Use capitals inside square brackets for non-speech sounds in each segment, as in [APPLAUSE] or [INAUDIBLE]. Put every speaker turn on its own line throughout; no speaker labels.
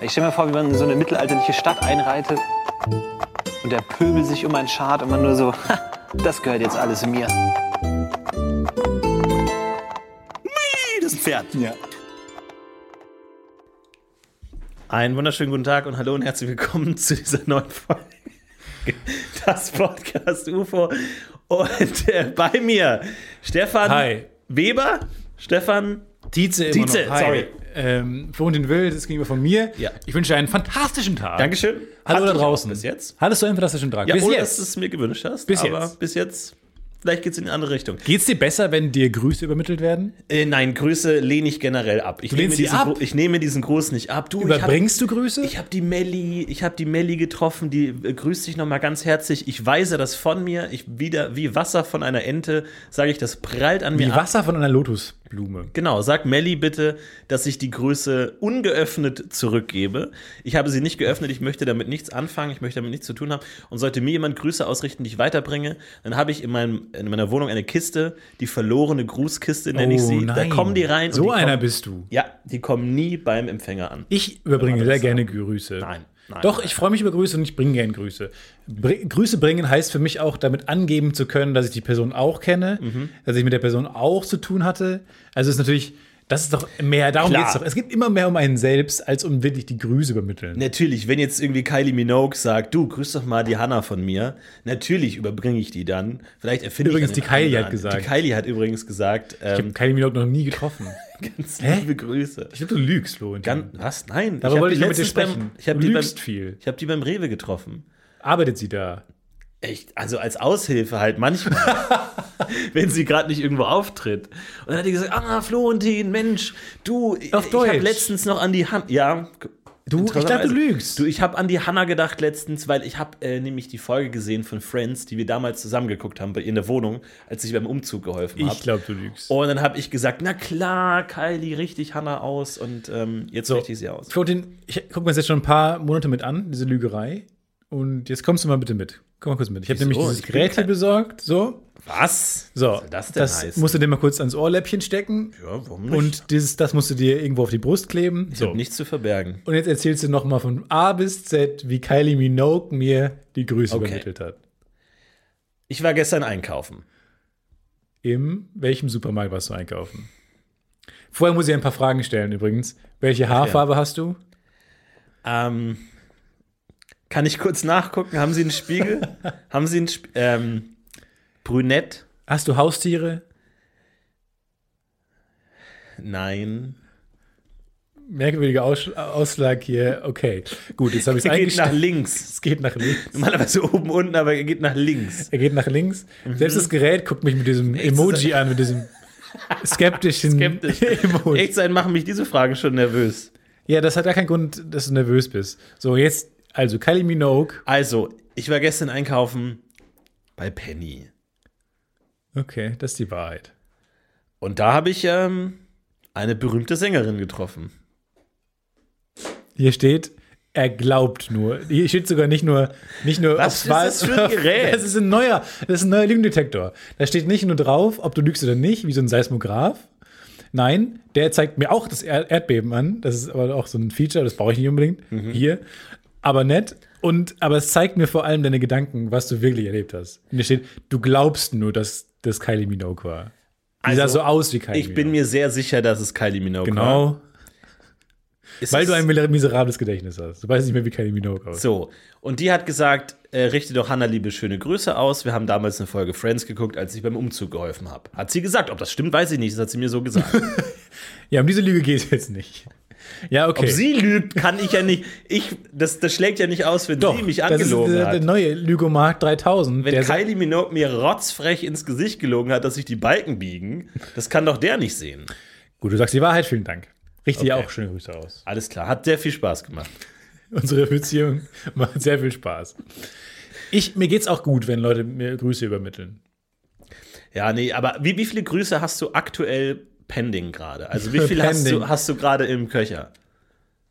Ich stelle mir vor, wie man in so eine mittelalterliche Stadt einreitet und der Pöbel sich um einen schart und man nur so, [LAUGHS] "Ha, das gehört jetzt alles mir.
Ih, Das ist ein Pferd.
Ja.
Einen wunderschönen guten Tag und hallo und herzlich willkommen zu dieser neuen Folge. Das Podcast UFO. Und äh, bei mir Stefan
Hi.
Weber, Stefan
Tietze immer
Tietze,
noch. Hi.
sorry.
Ähm, Flo und den Will, das gegenüber von mir.
Ja.
Ich wünsche dir einen fantastischen Tag.
Dankeschön.
Hallo
Hatte
da
ich auch
draußen.
Bis jetzt.
Hattest du einen fantastischen Tag?
Ja, oh,
bis
ohne dass
jetzt.
du es mir gewünscht hast.
Bis
aber
jetzt.
bis jetzt. Vielleicht geht es in eine andere Richtung.
Geht's dir besser, wenn dir Grüße übermittelt werden?
Äh, nein, Grüße lehne ich generell ab. Ich, nehme
lehnst sie
diesen,
ab?
Gru- ich nehme diesen Gruß nicht ab. Du, ich hab-
Überbringst du Grüße?
Ich habe die Melli, ich habe die Melli getroffen, die äh, grüßt dich nochmal ganz herzlich. Ich weise das von mir, ich wieder wie Wasser von einer Ente, sage ich, das prallt an mir
Wie
ab.
Wasser von einer Lotusblume.
Genau, sag Melli bitte, dass ich die Größe ungeöffnet zurückgebe. Ich habe sie nicht geöffnet, ich möchte damit nichts anfangen, ich möchte damit nichts zu tun haben. Und sollte mir jemand Grüße ausrichten, die ich weiterbringe, dann habe ich in, meinem, in meiner Wohnung eine Kiste, die verlorene Grußkiste nenne ich sie. Da kommen die rein.
Oh, So
die
einer
kommen,
bist du.
Ja, die kommen nie beim Empfänger an.
Ich überbringe sehr gerne Grüße.
Nein, nein,
Doch,
nein.
ich freue mich über Grüße und ich bringe gerne Grüße. Br Grüße bringen heißt für mich auch, damit angeben zu können, dass ich die Person auch kenne,
Mhm.
dass ich mit der Person auch zu tun hatte. Also ist natürlich, das ist doch mehr, darum
Klar.
geht es doch. Es geht immer mehr um einen selbst, als um wirklich die Grüße übermitteln.
Natürlich, wenn jetzt irgendwie Kylie Minogue sagt, du, grüß doch mal die Hanna von mir, natürlich überbringe ich die dann. Vielleicht erfinde
Übrigens,
ich einen
die Kylie
anderen.
hat gesagt.
Die Kylie hat übrigens gesagt,
Ich habe
ähm,
Kylie Minogue noch nie
[LAUGHS]
getroffen.
ganz
Hä?
liebe Grüße.
Ich glaube, du lügst, Florentin.
Ganz, was? Nein.
Darüber
hab
wollte
die
ich noch mit dir
letztens beim-
sprechen.
Ich habe
Du
die, beim-
lügst viel.
ich hab die beim Rewe getroffen.
Arbeitet sie da?
Echt? Also als Aushilfe halt
[LAUGHS]
manchmal. wenn sie gerade nicht irgendwo auftritt. Und dann hat die gesagt, ah, Florentin, Mensch, du,
Auf
ich habe
Deutsch.
letztens noch an die Hand. Ja,
Du, ich dachte,
Interessanterweise-
du lügst.
Du, ich habe an die Hanna gedacht letztens, weil ich habe äh, nämlich die Folge gesehen von Friends, die wir damals zusammengeguckt haben bei ihr in der Wohnung, als ich beim Umzug geholfen habe.
ich glaube, du lügst.
Und dann habe ich gesagt, na klar, Kylie, richtig Hanna aus und ähm, jetzt richte ich sie aus.
Florentin, ich gucke mir das jetzt schon ein paar Monate mit an, diese Lügerei. Und jetzt kommst du mal bitte mit. Komm mal kurz mit. Ich habe
Wieso?
nämlich dieses
Ich bin
Gerät hier
kein-
besorgt. So,
Was?
so.
Was soll das denn heißen?
musst du dir mal kurz ans Ohrläppchen stecken.
ja, warum nicht?
Und dieses, das musst du dir irgendwo auf die Brust kleben.
ich hab
So.
nichts zu verbergen.
Und jetzt erzählst du noch mal von A bis Z, wie Kylie Minogue mir die Grüße
Okay.
übermittelt hat.
Ich war gestern einkaufen.
Im welchem Supermarkt warst du einkaufen? Vorher muss ich ein paar Fragen stellen übrigens. Welche Haarfarbe hast du?
Ähm, kann ich kurz nachgucken? Haben Sie einen
[LAUGHS]
Spiegel? Haben Sie einen Sp ähm, Brünett?
Hast du Haustiere?
Nein.
Merkwürdiger Aus Ausschlag hier. Okay, gut, jetzt habe ich es
Er [LAUGHS] geht nach
eingestellt.
links.
Es geht nach links.
Normalerweise oben, unten, aber er geht nach links.
Er geht nach links.
Mhm.
Selbst das Gerät guckt mich mit diesem Emoji an, mit diesem skeptischen
Skeptisch.
[LAUGHS] Emoji.
Echt sein machen mich diese Fragen schon nervös.
Ja, das hat gar keinen Grund, dass du nervös bist. So, jetzt, also Kylie Minogue.
Also, ich war gestern einkaufen bei Penny.
Okay, das ist die Wahrheit.
Und da habe ich ähm, eine berühmte Sängerin getroffen.
Hier steht, er glaubt nur. Hier steht sogar nicht nur, nicht nur
Was ist das für ein Gerät?
[LAUGHS] Das ist ein neuer, das ist ein neuer Lügendetektor. Da steht nicht nur drauf, ob du lügst oder nicht, wie so ein Seismograph. Nein, der zeigt mir auch das Erd Erdbeben an. Das ist aber auch so ein Feature, das brauche ich nicht unbedingt.
Mhm.
Hier. Aber nett. Und, aber es zeigt mir vor allem deine Gedanken, was du wirklich erlebt hast. Und hier steht, du glaubst nur, dass das Kylie Minogue war. Die sah so aus wie Kylie
Also, Ich bin mir sehr sicher, dass es Kylie Minogue war.
Genau.
Es
Weil
ist-
du ein miserables Gedächtnis hast. Du weißt nicht mehr, wie Kylie Minogue aussieht.
So, und die hat gesagt, äh, richte doch Hanna liebe schöne Grüße aus. Wir haben damals eine Folge Friends geguckt, als ich beim Umzug geholfen habe. Hat sie gesagt, ob das stimmt, weiß ich nicht. Das hat sie mir so gesagt.
Ja, um diese Lüge geht es jetzt nicht. Ja, okay.
Ob sie lügt, kann ich ja nicht. Ich, das, das schlägt ja nicht aus, wenn sie mich angelogen
das ist äh, der, der
hat.
neue Lügomarkt 3000.
Wenn
der so-
Kylie Minogue mir rotzfrech ins Gesicht gelogen hat, dass sich die Balken biegen, das kann doch der nicht sehen.
Gut, du sagst die Wahrheit, vielen Dank. Richtig
Okay.
auch schöne Grüße aus. [LAUGHS]
Alles klar, hat sehr viel Spaß gemacht.
Unsere Beziehung macht sehr viel Spaß. Ich, mir geht's auch gut, wenn Leute mir Grüße übermitteln.
Ja, nee, aber wie, wie viele Grüße hast du aktuell pending gerade? Also
[LAUGHS]
wie viele hast
Pending.
du, hast du gerade im Köcher?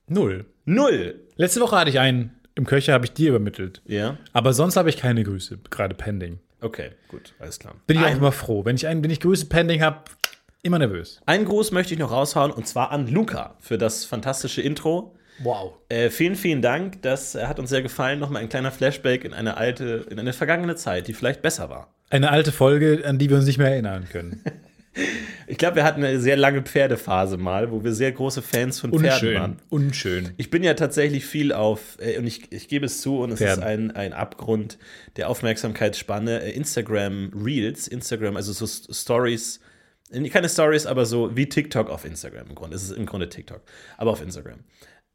Null.
Null.
Letzte Woche hatte ich einen. Im Köcher habe ich dir übermittelt.
Ja,
Aber sonst habe ich keine Grüße, gerade pending.
okay, gut, alles klar.
Bin ich auch
ein,
immer froh. Wenn ich, einen, wenn ich Grüße pending habe, immer nervös.
einen Gruß möchte ich noch raushauen und zwar an Luca für das fantastische Intro.
Wow.
Äh, vielen, vielen Dank. Das äh, hat uns sehr gefallen. Nochmal ein kleiner Flashback in eine alte, in eine vergangene Zeit, die vielleicht besser war.
Eine alte Folge, an die wir uns nicht mehr erinnern können.
Ich glaube, wir hatten eine sehr lange Pferdephase mal, wo wir sehr große Fans von [LAUGHS] Pferden waren.
Unschön. Unschön.
Ich bin ja tatsächlich viel auf, äh, und ich, ich gebe es zu, und es
Pferden.
ist ein, ein Abgrund der Aufmerksamkeitsspanne. äh, Instagram Reels, Instagram, also so S- Stories, äh, keine Stories, aber so wie TikTok auf Instagram im Grunde. Es ist im Grunde TikTok, aber auf Instagram.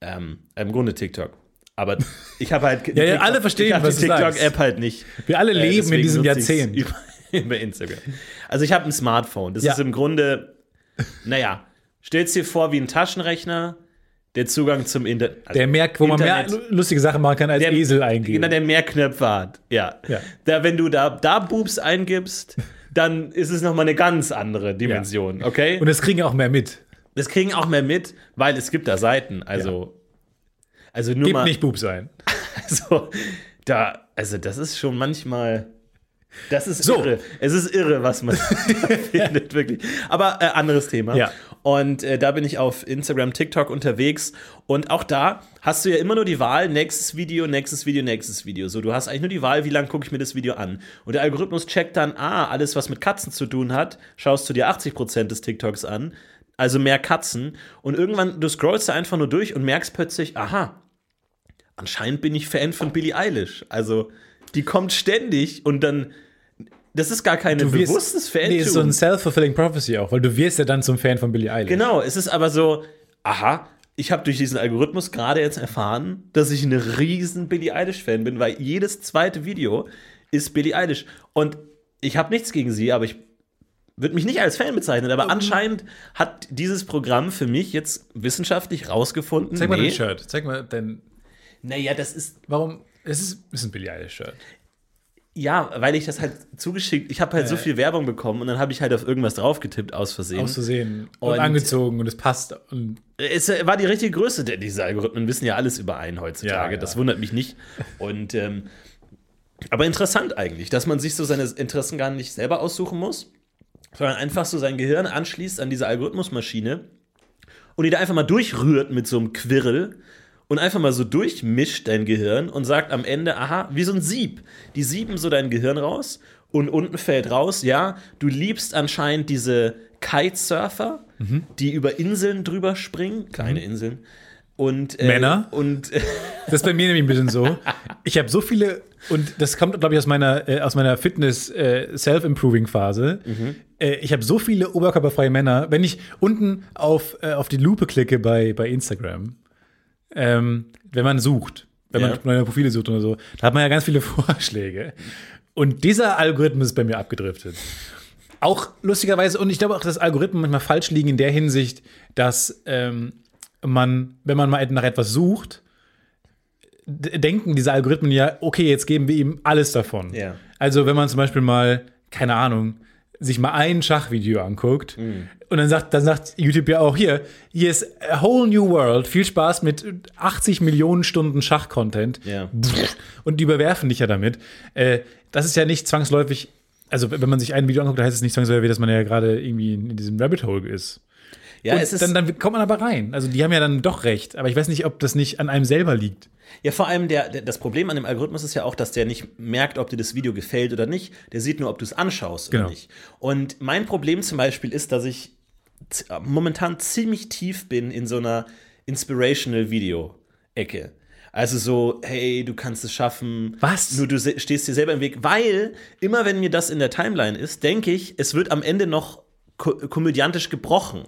Ähm, Im Grunde TikTok.
[LAUGHS]
Aber ich habe halt.
ja, alle verstehen,
ich hab
was
die
du sagst.
TikTok-App halt nicht.
Wir alle leben in
deswegen
diesem
nutze ich's
Jahrzehnt.
[LAUGHS] Über, über Instagram. Also ich habe ein Smartphone. Das
Ja.
ist im Grunde, naja, stell's dir vor wie ein Taschenrechner, der Zugang zum Inter also
Der merkt, wo man mehr
Internet-
lu- lustige Sachen machen kann als
der-
Esel eingeben.
Genau, der mehr Knöpfe hat. Ja.
Ja.
Da, wenn du da, da Boobs eingibst, dann ist es nochmal eine ganz andere Dimension, okay?
Und das kriegen auch mehr mit.
das kriegen auch mehr mit, weil es gibt da Seiten. Also, also nur
Gebt
mal.
nicht Bub sein.
Also, da, also das ist schon manchmal. Das ist
So.
irre. Es ist irre, was man [LAUGHS] da findet, wirklich. Aber äh, anderes Thema.
Ja.
Und äh, da bin ich auf Instagram, TikTok unterwegs. Und auch da hast du ja immer nur die Wahl, nächstes Video, nächstes Video, nächstes Video. So, du hast eigentlich nur die Wahl, wie lange gucke ich mir das Video an. Und der Algorithmus checkt dann, ah, alles, was mit Katzen zu tun hat, schaust du dir 80% des TikToks an. Also mehr Katzen. Und irgendwann, du scrollst da einfach nur durch und merkst plötzlich, aha, anscheinend bin ich Fan von Billie Eilish. Also, die kommt ständig und dann. Das ist gar keine bewusstes Fan.
nee, ist so ein self-fulfilling prophecy auch, weil du wirst ja dann zum Fan von Billie Eilish.
genau, es ist aber so, aha, ich habe durch diesen Algorithmus gerade jetzt erfahren, dass ich eine riesen Billie Eilish-Fan bin, weil jedes zweite Video ist Billie Eilish. Und ich habe nichts gegen sie, aber ich würde mich nicht als Fan bezeichnen. Aber anscheinend hat dieses Programm für mich jetzt wissenschaftlich rausgefunden.
Zeig mal
nee,
dein Shirt. Zeig mal dein.
Naja, das ist
Warum? Es ist, es ist ein Billie Eilish-Shirt.
Ja, weil ich das halt zugeschickt, ich habe halt so viel Werbung bekommen und dann habe ich halt auf irgendwas draufgetippt aus Versehen.
Aus Versehen. Und,
Und-
angezogen und es passt. Und
es war die richtige Größe, denn diese Algorithmen wissen ja alles über einen heutzutage.
Ja, ja.
Das wundert mich nicht. Und ähm, aber interessant eigentlich, dass man sich so seine Interessen gar nicht selber aussuchen muss, sondern einfach so sein Gehirn anschließt an diese Algorithmusmaschine und die da einfach mal durchrührt mit so einem Quirl und einfach mal so durchmischt dein Gehirn und sagt am Ende, aha, wie so ein Sieb. Die sieben so dein Gehirn raus und unten fällt raus, ja, du liebst anscheinend diese Kitesurfer,
Mhm.
die über Inseln drüber springen, kleine Inseln. Und, äh,
Männer?
Und
das ist bei mir nämlich ein bisschen so. Ich habe so viele, und das kommt, glaube ich, aus meiner, äh, aus meiner Fitness-Self-Improving-Phase. Äh, ich habe so viele oberkörperfreie Männer. Wenn ich unten auf, äh, auf die Lupe klicke bei, bei Instagram, ähm, wenn man sucht, wenn
Ja.
man neue Profile sucht oder so, da hat man ja ganz viele [LAUGHS] Vorschläge. Und dieser Algorithmus ist bei mir abgedriftet. Auch lustigerweise, und ich glaube auch, dass Algorithmen manchmal falsch liegen in der Hinsicht, dass ähm, man, wenn man mal nach etwas sucht, d- denken diese Algorithmen ja, okay, jetzt geben wir ihm alles davon.
Ja.
Also wenn man zum Beispiel mal, keine Ahnung, sich mal ein Schachvideo anguckt
Mhm.
und dann sagt, dann sagt YouTube ja auch hier, hier ist a whole new world, viel Spaß mit 80 Millionen Stunden Schach-Content.
Ja.
Pff, Und die überwerfen dich ja damit. Äh, das ist ja nicht zwangsläufig, also wenn man sich ein Video anguckt, dann heißt es nicht zwangsläufig, dass man ja gerade irgendwie in diesem Rabbit Hole ist.
ja,
und
es ist
dann, dann kommt man aber rein. Also die haben ja dann doch recht. Aber ich weiß nicht, ob das nicht an einem selber liegt.
Ja, vor allem der, der, das Problem an dem Algorithmus ist ja auch, dass der nicht merkt, ob dir das Video gefällt oder nicht. Der sieht nur, ob du es anschaust
Genau.
oder nicht. Und mein Problem zum Beispiel ist, dass ich z- momentan ziemlich tief bin in so einer Inspirational Video-Ecke. Also so, hey, du kannst es schaffen.
Was?
Nur du se- stehst dir selber im Weg. Weil immer wenn mir das in der Timeline ist, denke ich, es wird am Ende noch ko komödiantisch gebrochen.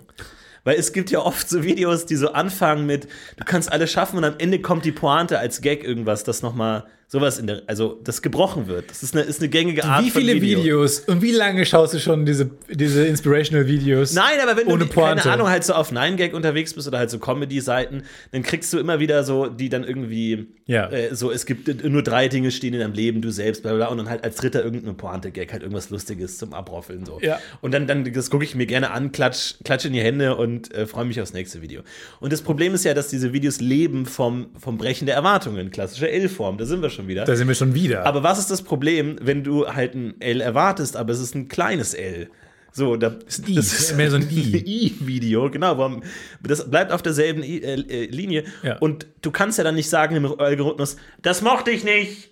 Weil es gibt ja oft so Videos, die so anfangen mit, du kannst alles schaffen und am Ende kommt die Pointe als Gag irgendwas, das nochmal sowas in der, also das gebrochen wird. Das ist eine, ist eine gängige Art
wie viele
von Video.
Videos und wie lange schaust du schon diese, diese inspirational Videos?
Nein, aber wenn
ohne
du,
Pointe.
keine Ahnung, halt so auf Nein-Gag unterwegs bist oder halt so Comedy-Seiten, dann kriegst du immer wieder so, die dann irgendwie
Ja.
äh, so, es gibt äh, nur drei Dinge stehen in deinem Leben, du selbst, bla bla, bla, und dann halt als dritter irgendeine Pointe-Gag, halt irgendwas Lustiges zum Abroffeln so.
Ja.
Und dann, dann das gucke ich mir gerne an, klatsch, klatsch in die Hände und äh, freue mich aufs nächste Video. Und das Problem ist ja, dass diese Videos leben vom, vom Brechen der Erwartungen, klassische L-Form, da sind wir schon wieder.
Da sind wir schon wieder.
Aber was ist das Problem, wenn du halt ein L erwartest, aber es ist ein kleines L? So, da,
ein I, mehr
[LAUGHS]
so ein I.
I-Video, genau. warum- Das bleibt auf derselben I, äh, äh, Linie.
Ja.
Und du kannst ja dann nicht sagen im Algorithmus, das mochte ich nicht.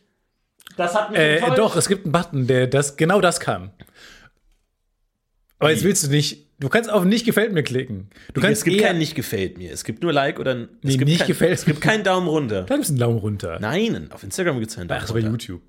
Das hat mich
Äh,
enttäuscht.
doch, es gibt einen Button, der das genau das kann. Aber jetzt willst du nicht. Du kannst auf nicht gefällt mir klicken. Du kannst
Es gibt
eher,
kein nicht gefällt mir. Es gibt nur Like oder ein, es
Nee,
gibt
nicht
kein,
gefällt-
Es gibt keinen Daumen runter.
Da gibt es einen Daumen runter.
Nein, auf Instagram gibt es einen Daumen
Ach, das war
runter.
YouTube.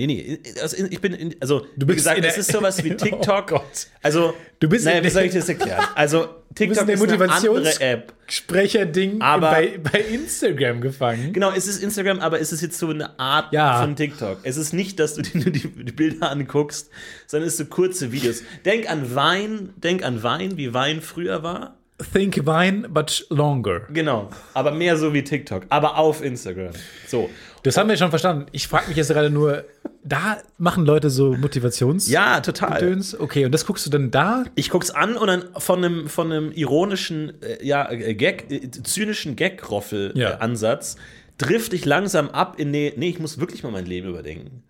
Nee, nee, also ich bin, in, also du
bist
wie gesagt,
in der-
es ist sowas wie
[LAUGHS] Oh
TikTok.
Gott.
Also,
Du bist
naja,
in
wie
der-
soll ich das erklären?
[LAUGHS]
Also,
bist in
TikTok
der
ist eine
Motivations-
andere App.
Sprecherding
Aber-
bei, bei Instagram gefangen.
Genau, es ist Instagram, aber es ist jetzt so eine Art
Ja.
von TikTok. Es ist nicht, dass du dir nur die, die Bilder anguckst, sondern es sind so kurze Videos. Denk an Wein, denk an Wein, wie Wein früher war.
Think Vine, but longer.
Genau, aber mehr so wie TikTok, aber auf Instagram. So.
Das haben wir schon verstanden. Ich frage mich jetzt gerade nur, da machen Leute so Motivations.
Ja, total.
Gedöns? Okay, und das guckst du dann da?
Ich guck's an und dann von einem von einem ironischen äh, ja äh, Gag äh, zynischen Gag Roffel äh,
Ja.
Ansatz trifft dich langsam ab in nee, nee, ich muss wirklich mal mein Leben überdenken.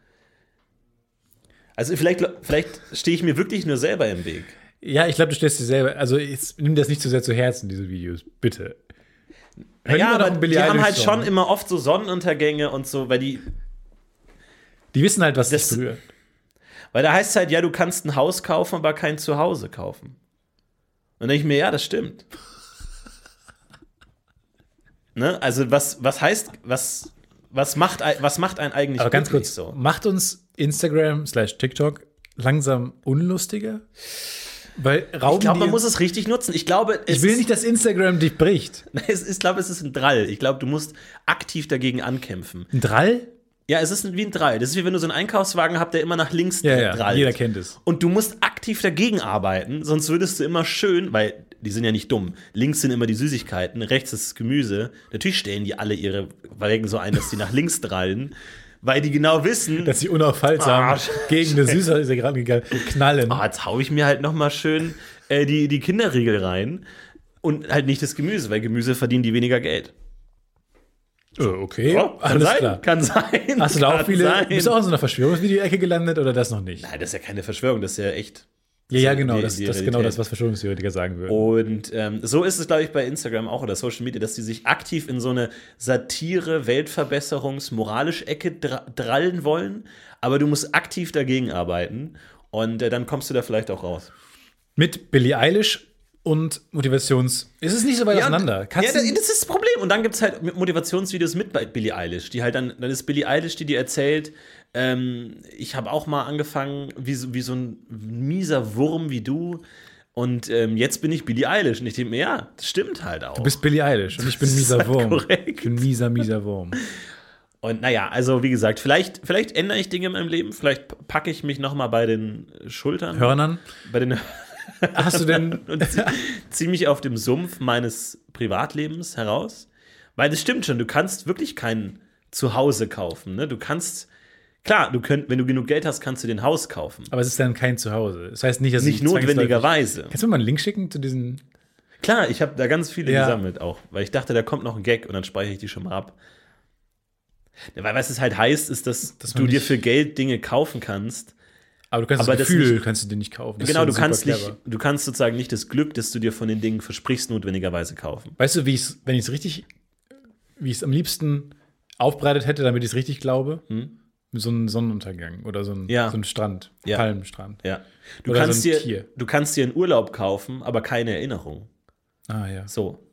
Also vielleicht vielleicht stehe ich mir wirklich nur selber im Weg.
Ja, ich glaube, du stellst dir selber. Also, jetzt nimm das nicht zu sehr zu Herzen, diese Videos. Bitte.
Ja,
Hör lieber noch
aber
einen Billie
die haben halt
Eilish-Song.
schon immer oft so Sonnenuntergänge und so, weil die
Die wissen halt, was
Das-
das berührt.
Weil da heißt es halt, ja, du kannst ein Haus kaufen, aber kein Zuhause kaufen. Und dann denke ich mir, ja, das
[LAUGHS]
stimmt. ne? Also, was, was heißt, was, was, macht, ei- was macht einen eigentlich
Aber ganz
glücklich
kurz,
so?
macht uns Instagram slash TikTok langsam unlustiger? Weil rauben
Ich glaube, man
die
muss es richtig nutzen. Ich glaube, es
Ich will
ist,
nicht, dass Instagram dich bricht.
[LAUGHS] Es ist, ich glaube, es ist ein Drall. Ich glaube, du musst aktiv dagegen ankämpfen.
Ein Drall?
Ja, es ist wie ein Drall. Das ist wie wenn du so einen Einkaufswagen hast, der immer nach links
Ja, ja,
drallt.
jeder kennt es.
Und du musst aktiv dagegen arbeiten, sonst würdest du immer schön, weil die sind ja nicht dumm. Links sind immer die Süßigkeiten, rechts ist das Gemüse. Natürlich stellen die alle ihre Wagen so ein, dass die nach links drallen, weil die genau wissen,
Dass sie unaufhaltsam
Ah,
gegen eine Süße ist ja gerade gegangen. Knallen.
ah, jetzt hau ich mir halt nochmal schön äh, die, die Kinderriegel rein und halt nicht das Gemüse, weil Gemüse verdienen die weniger Geld.
Äh, okay,
Oh, kann
alles
sein,
klar.
Kann sein.
Hast du da auch
kann
viele?
sein.
Bist du auch in so einer Verschwörungsvideo-Ecke gelandet oder das noch nicht?
Nein, das ist ja keine Verschwörung, das ist ja echt.
ja, ja,
die-
genau.
die-
das
die
das ist genau
Realität.
das, was Verschwörungstheoretiker sagen würden.
Und ähm, so ist es, glaube ich, bei Instagram auch oder Social Media, dass die sich aktiv in so eine Satire, Weltverbesserungs-, moralisch-Ecke dra drallen wollen. Aber du musst aktiv dagegen arbeiten und äh, dann kommst du da vielleicht auch raus.
Mit Billie Eilish und Motivations. Ist es nicht so weit auseinander?
Ja,
Kannst
das
du-
das ist das Problem. Und dann gibt es halt Motivationsvideos mit bei Billie Eilish, die halt dann, dann ist Billie Eilish, die dir erzählt, ähm, ich habe auch mal angefangen, wie so, wie so ein mieser Wurm wie du. Und ähm, jetzt bin ich Billie Eilish. Und ich denke mir, ja, das stimmt halt auch.
du bist Billie Eilish und ich bin mieser
halt
Wurm.
korrekt.
Ich bin mieser, mieser Wurm.
Und naja, also wie gesagt, vielleicht, vielleicht ändere ich Dinge in meinem Leben, vielleicht p- packe ich mich nochmal bei den Schultern,
Hörnern?
bei den [LAUGHS]
Hast du denn.
und zie- ziehe mich auf dem Sumpf meines Privatlebens heraus. Weil das stimmt schon, du kannst wirklich kein Zuhause kaufen. Ne? Du kannst, klar, du könnt, wenn du genug Geld hast, kannst du den Haus kaufen.
Aber es ist dann kein Zuhause. Das heißt nicht, dass
Nicht
ich zwangsläufig-
notwendigerweise.
Kannst du mir mal einen Link schicken zu diesen.
Klar, ich habe da ganz viele
Ja.
gesammelt auch, weil ich dachte, da kommt noch ein Gag und dann speichere ich die schon mal ab. Ja, Weil was es halt heißt, ist, dass,
man
du dir
nicht-
für Geld Dinge kaufen kannst,
Aber du kannst
Aber
das
das
Gefühl,
nicht-
kannst du dir nicht kaufen. Das ist
Genau,
schon
du
super
kannst, nicht,
clever.
du kannst sozusagen nicht das Glück, das du dir von den Dingen versprichst, notwendigerweise kaufen.
Weißt du, wie ich es, wenn ich es richtig, wie ich es am liebsten aufbereitet hätte, damit ich es richtig glaube? So ein Sonnenuntergang oder so ein,
Ja.
so ein Strand,
Ja.
Palmenstrand.
Ja. Du,
Oder
kannst
so ein
dir,
Tier.
du kannst dir einen Urlaub kaufen, aber keine Erinnerung.
Ah ja,
So.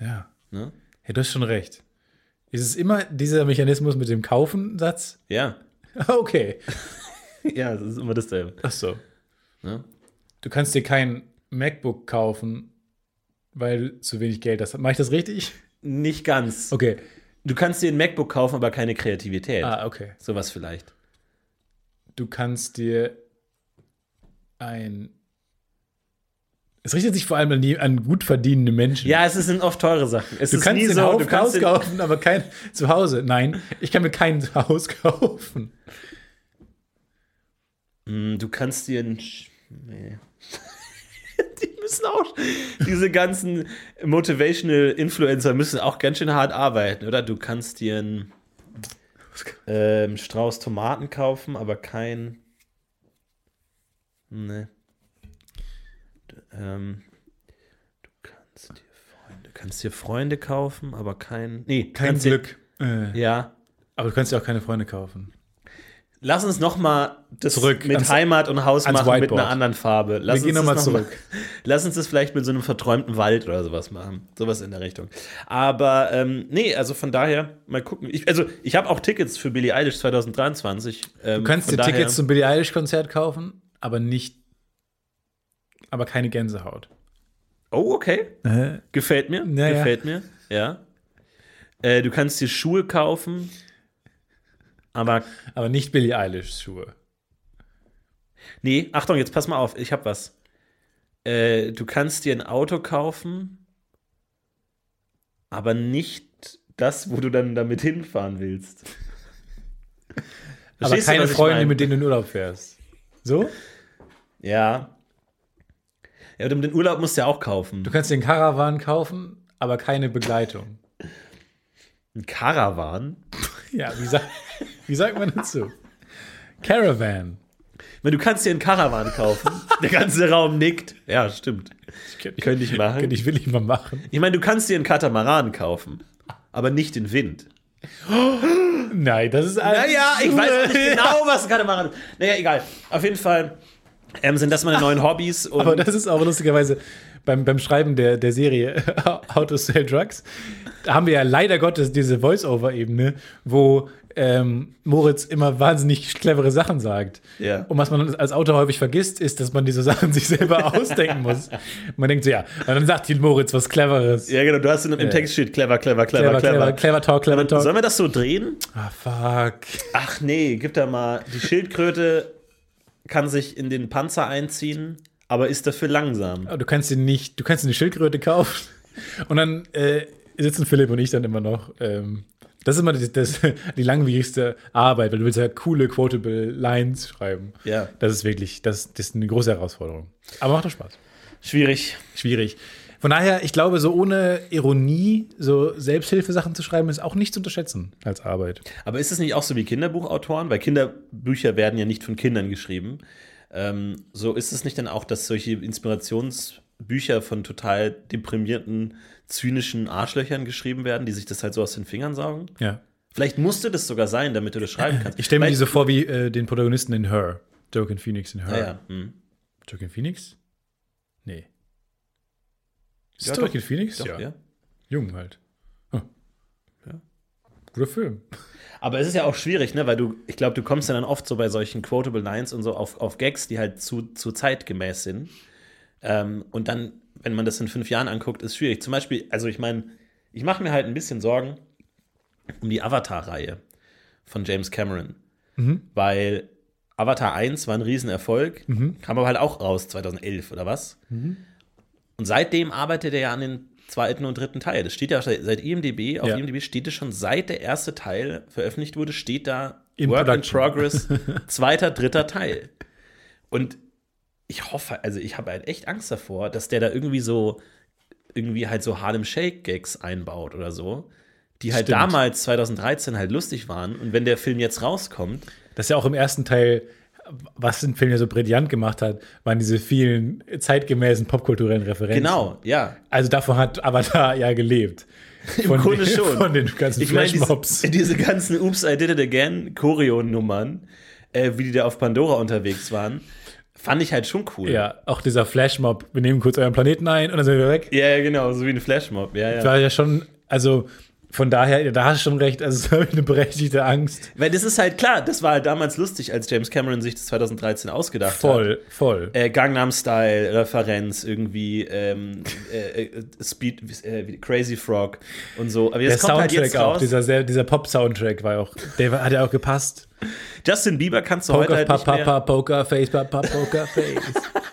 ja.
Ne?
Hey, du hast schon recht. Es ist immer dieser Mechanismus mit dem Kaufen-Satz. [LAUGHS]
Ja.
Okay.
Ja, das ist immer dasselbe.
Ach so.
Ne?
Du kannst dir kein MacBook kaufen, weil du zu wenig Geld hast. Mache ich das richtig?
Nicht ganz.
Okay.
Du kannst dir ein MacBook kaufen, aber keine Kreativität.
Ah, okay.
Sowas vielleicht.
Du kannst dir ein. Es richtet sich vor allem an, die, an gut verdienende Menschen.
Ja, es sind oft teure Sachen. Es
Du
ist
kannst
nie
dir ein
so, du
Haufen
kannst
Haus
dir-
kaufen, aber kein Zuhause. Nein, ich kann mir kein Haus kaufen.
Mm, Du kannst dir ein. Sch- Nee. [LAUGHS] Die müssen auch. Diese ganzen Motivational Influencer müssen auch ganz schön hart arbeiten, oder? Du kannst dir einen ähm, Strauß Tomaten kaufen, aber kein. Nee. Ähm, du kannst dir Freunde, kannst dir Freunde kaufen, aber kein. Nee,
Kein
kannst
Glück.
Dir,
Äh,
ja.
Aber du kannst ja auch keine Freunde kaufen.
Lass uns noch mal das
Zurück
mit
ans-
Heimat und Haus
ans
machen mit
Whiteboard.
einer anderen Farbe. Lass
Wir gehen
uns
noch
das
mal
noch lass uns das vielleicht mit so einem verträumten Wald oder sowas machen. Sowas in der Richtung. Aber ähm, nee, also von daher mal gucken. Ich, also ich habe auch Tickets für Billie Eilish ähm, 2023.
Du kannst dir Tickets zum Billie Eilish-Konzert kaufen, aber nicht. Aber keine Gänsehaut.
Oh, okay.
Äh,
Gefällt mir.
Ja, ja.
Gefällt mir. Ja. Äh, du kannst dir Schuhe kaufen. Aber
aber nicht Billie Eilish-Schuhe.
nee, Achtung, jetzt pass mal auf. Ich habe was. Äh, du kannst dir ein Auto kaufen, aber nicht das, wo du dann damit hinfahren willst.
Aber
Verstehst du,
keine
was ich
Freunde,
mein?
mit denen du in Urlaub fährst. So?
Ja. Ja, und den Urlaub musst du ja auch kaufen.
Du kannst dir einen Caravan kaufen, aber keine Begleitung.
Ein Caravan.
Ja, wie, sa wie sagt man dazu? Caravan.
Wenn du kannst dir einen Caravan
[LAUGHS]
kaufen, der ganze Raum nickt. Ja, stimmt. Könnte ich machen.
Könnte ich will ich mal machen.
Ich meine, du kannst dir einen Katamaran kaufen, aber nicht den Wind.
Nein, das ist alles.
Naja, ich weiß nicht genau, was ein Katamaran ist. Naja, egal. Auf jeden Fall ähm, sind das meine neuen Hobbys. Und
[LAUGHS] Aber das ist auch lustigerweise beim, beim Schreiben der, der Serie [LAUGHS] How to Sell Drugs, da haben wir ja leider Gottes diese Voice-Over-Ebene, wo ähm, Moritz immer wahnsinnig clevere Sachen sagt.
Ja.
Und was man als Autor häufig vergisst, ist, dass man diese Sachen [LAUGHS] sich selber ausdenken muss. Man denkt so, ja, und dann sagt die Moritz was Cleveres.
ja, genau, du hast in, im Text steht clever, clever, clever,
Clever, clever,
clever. Ähm,
clever Talk, clever Talk.
Sollen wir das so drehen?
Ah, fuck.
Ach nee, gib da mal. Die Schildkröte kann sich in den Panzer einziehen, aber ist dafür langsam.
Aber Du kannst dir nicht, du kannst dir eine Schildkröte kaufen. Und dann äh, sitzen Philipp und ich dann immer noch. Ähm, das ist immer die, das, [LAUGHS] die langwierigste Arbeit, weil du willst ja coole, quotable Lines schreiben.
Ja.
Das ist wirklich, das, das ist eine große Herausforderung. Aber macht doch Spaß.
Schwierig.
Schwierig. Von daher, ich glaube, so ohne Ironie, so Selbsthilfesachen zu schreiben, ist auch nicht zu unterschätzen als Arbeit.
Aber ist es nicht auch so wie Kinderbuchautoren? Weil Kinderbücher werden ja nicht von Kindern geschrieben. Ähm, so ist es nicht dann auch, dass solche Inspirationsbücher von total deprimierten, zynischen Arschlöchern geschrieben werden, die sich das halt so aus den Fingern saugen?
Ja.
Vielleicht musste das sogar sein, damit du das
[LAUGHS]
schreiben kannst.
Ich stelle mir
Weil-
die so vor wie äh, den Protagonisten in Her. Joaquin Phoenix in Her.
Ja, ja. Hm.
Joaquin Phoenix? Nee. Ist
Ja,
ja,
doch.
Joaquin Phoenix?
Doch, ja.
Jung halt. Hm.
Ja.
Guter Film.
Aber es ist ja auch schwierig, ne? Weil du, ich glaube, du kommst ja dann oft so bei solchen Quotable Lines und so auf, auf Gags, die halt zu, zu zeitgemäß sind. Ähm, und dann, wenn man das in fünf Jahren anguckt, ist schwierig. Zum Beispiel, also ich meine, ich mache mir halt ein bisschen Sorgen um die Avatar-Reihe von James Cameron.
Mhm.
Weil Avatar 1 war ein Riesenerfolg,
Mhm.
kam aber halt auch raus 2011 oder was. Und seitdem arbeitet er ja an den zweiten und dritten Teil. Das steht ja seit, seit IMDb, auf
Ja.
IMDb steht es schon seit der erste Teil veröffentlicht wurde, steht da
In
Work
Production.
in
[LAUGHS]
Progress, zweiter, dritter Teil. Und ich hoffe, also ich habe halt echt Angst davor, dass der da irgendwie so, irgendwie halt so Harlem Shake Gags einbaut oder so, die halt
Stimmt.
damals 2013 halt lustig waren. Und wenn der Film jetzt rauskommt,
Das ist ja auch im ersten Teil, was den Film ja so brillant gemacht hat, waren diese vielen zeitgemäßen popkulturellen Referenzen.
genau, ja.
Also davon hat Avatar ja gelebt.
[LAUGHS]
Von,
Im Grunde
den-
schon.
Von den ganzen
Ich meine,
Flashmobs.
diese, [LAUGHS] diese ganzen Oops, I Did It Again Choreo-Nummern, äh, wie die da auf Pandora unterwegs waren, fand ich halt schon cool.
Ja, auch dieser Flashmob. Wir nehmen kurz euren Planeten ein und dann sind wir weg.
ja, ja, genau, so wie ein Flashmob. Ja, ja.
war ja schon, also von daher, da hast du schon recht, also es war [LAUGHS] eine berechtigte Angst.
Weil das ist halt klar, das war halt damals lustig, als James Cameron sich das 2013 ausgedacht hat.
Voll, voll.
Äh, Gangnam Style, Referenz, irgendwie ähm, äh, äh, Speed, äh, wie- Crazy Frog und so. Aber
der
jetzt kommt
Soundtrack
halt jetzt
auch,
raus.
dieser, sehr- dieser Pop-Soundtrack war auch, der war- hat ja auch gepasst.
Justin Bieber kannst du heute
Poker,
halt
pa,
nicht
pa, pa,
mehr.
Pokerface, pa, pa, Pokerface.
[LAUGHS]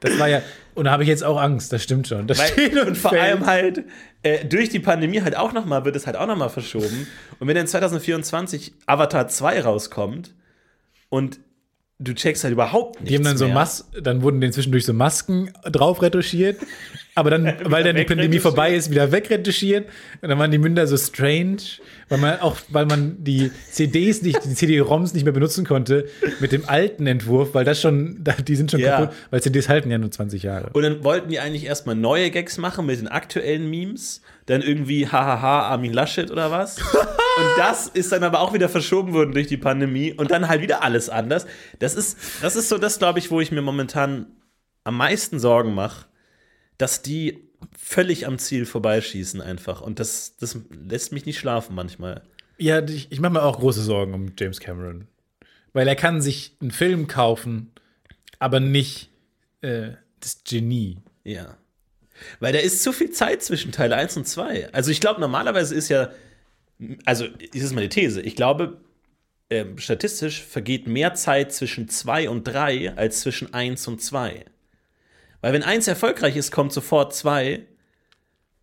das war ja, und da habe ich jetzt auch Angst, das stimmt schon. Das steht
Weil, und vor
fällt.
allem halt äh, durch die Pandemie halt auch noch mal wird es halt auch noch mal verschoben. Und wenn dann 2024 Avatar 2 rauskommt und du checkst halt überhaupt nichts
Die haben dann so
mehr.
Mas dann wurden denen zwischendurch so Masken drauf retuschiert, aber [LAUGHS] dann, weil dann die Pandemie
wegretuschiert.
vorbei ist, wieder wegretuschiert und dann waren die Münder so strange, weil man auch, weil man die CDs nicht, die CD-ROMs nicht mehr benutzen konnte mit dem alten Entwurf, weil das schon, da- die sind schon
Ja.
kaputt, weil CDs halten ja nur 20 Jahre.
Und dann wollten die eigentlich erstmal neue Gags machen mit den aktuellen Memes. Dann irgendwie hahaha Armin Laschet oder was. und das ist dann aber auch wieder verschoben worden durch die Pandemie und dann halt wieder alles anders. Das ist, das ist so das, glaube ich, wo ich mir momentan am meisten Sorgen mache, dass die völlig am Ziel vorbeischießen einfach. Und das, das lässt mich nicht schlafen manchmal.
Ja, ich, ich mache mir auch große Sorgen um James Cameron, weil er kann sich einen Film kaufen, aber nicht äh, das Genie.
Ja. Weil da ist zu viel Zeit zwischen Teil 1 und 2. Also ich glaube, normalerweise ist ja, also das ist meine These, ich glaube, ähm, statistisch vergeht mehr Zeit zwischen 2 und 3 als zwischen 1 und 2. Weil wenn 1 erfolgreich ist, kommt sofort 2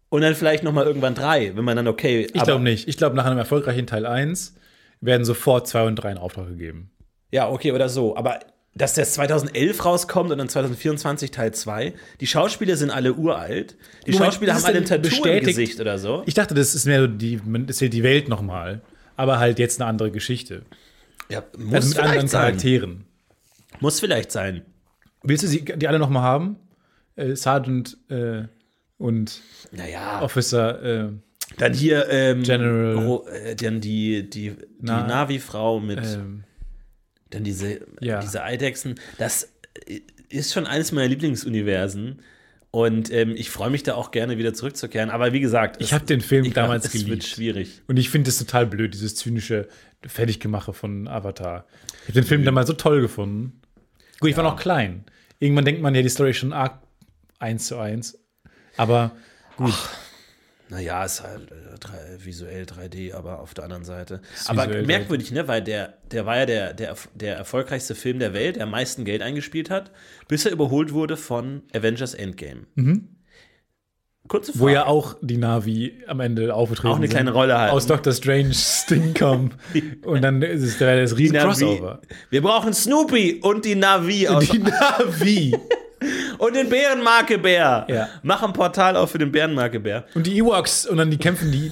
und dann vielleicht noch mal irgendwann 3, wenn man dann, okay,
Ich glaube nicht. Ich glaube, nach einem erfolgreichen Teil 1 werden sofort 2 und 3 in Auftrag gegeben.
Ja, okay, oder so. Aber dass das 2011 rauskommt und dann 2024 Teil 2, die Schauspieler sind alle uralt. Die
Moment,
Schauspieler
ist
haben
es
alle ein
denn
Tattoo im
bestätigt?
Gesicht oder so.
Ich dachte, das ist mehr so die, man erzählt die Welt nochmal, aber halt jetzt eine andere Geschichte.
Ja, muss
Also mit
vielleicht
anderen
sein.
Charakteren.
Muss vielleicht sein.
Willst du sie, die alle nochmal haben? Äh, Sergeant äh, und
Naja,
Officer. Äh,
dann hier ähm,
General-
Ro- äh, dann die, die, die
Na-
Navi-Frau mit
ähm,
dann diese,
ja.
diese Eidechsen. Das äh, ist schon eines meiner Lieblingsuniversen. Und ähm, ich freue mich da auch gerne wieder zurückzukehren. Aber wie gesagt,
Ich hab den Film damals
es wird
geliebt.
schwierig.
und ich finde es total blöd, dieses zynische Fertiggemache von Avatar. Ich habe den Film damals so toll gefunden. Gut, ich war noch klein. Irgendwann denkt man ja, die Story ist schon arg eins zu eins. Aber
Naja, ist halt äh, drei, visuell 3D, aber auf der anderen Seite. Aber
visuell
merkwürdig, ne? Weil der, der war ja der, der, der erfolgreichste Film der Welt, der am meisten Geld eingespielt hat, bis er überholt wurde von Avengers Endgame. Kurze Frage.
Mhm. Wo ja auch die Navi am Ende aufgetreten
Auch eine
sind.
kleine Rolle halten.
Aus Doctor Strange Sting
[LAUGHS]
kommen. und dann ist es der, das riesen
Die Navi.
Crossover.
Wir brauchen Snoopy und die Navi aus,
Die Navi.
und den Bärenmarke-Bär.
Ja.
Mach ein Portal auf für den Bärenmarke-Bär.
Und die Ewoks. Und dann die kämpfen die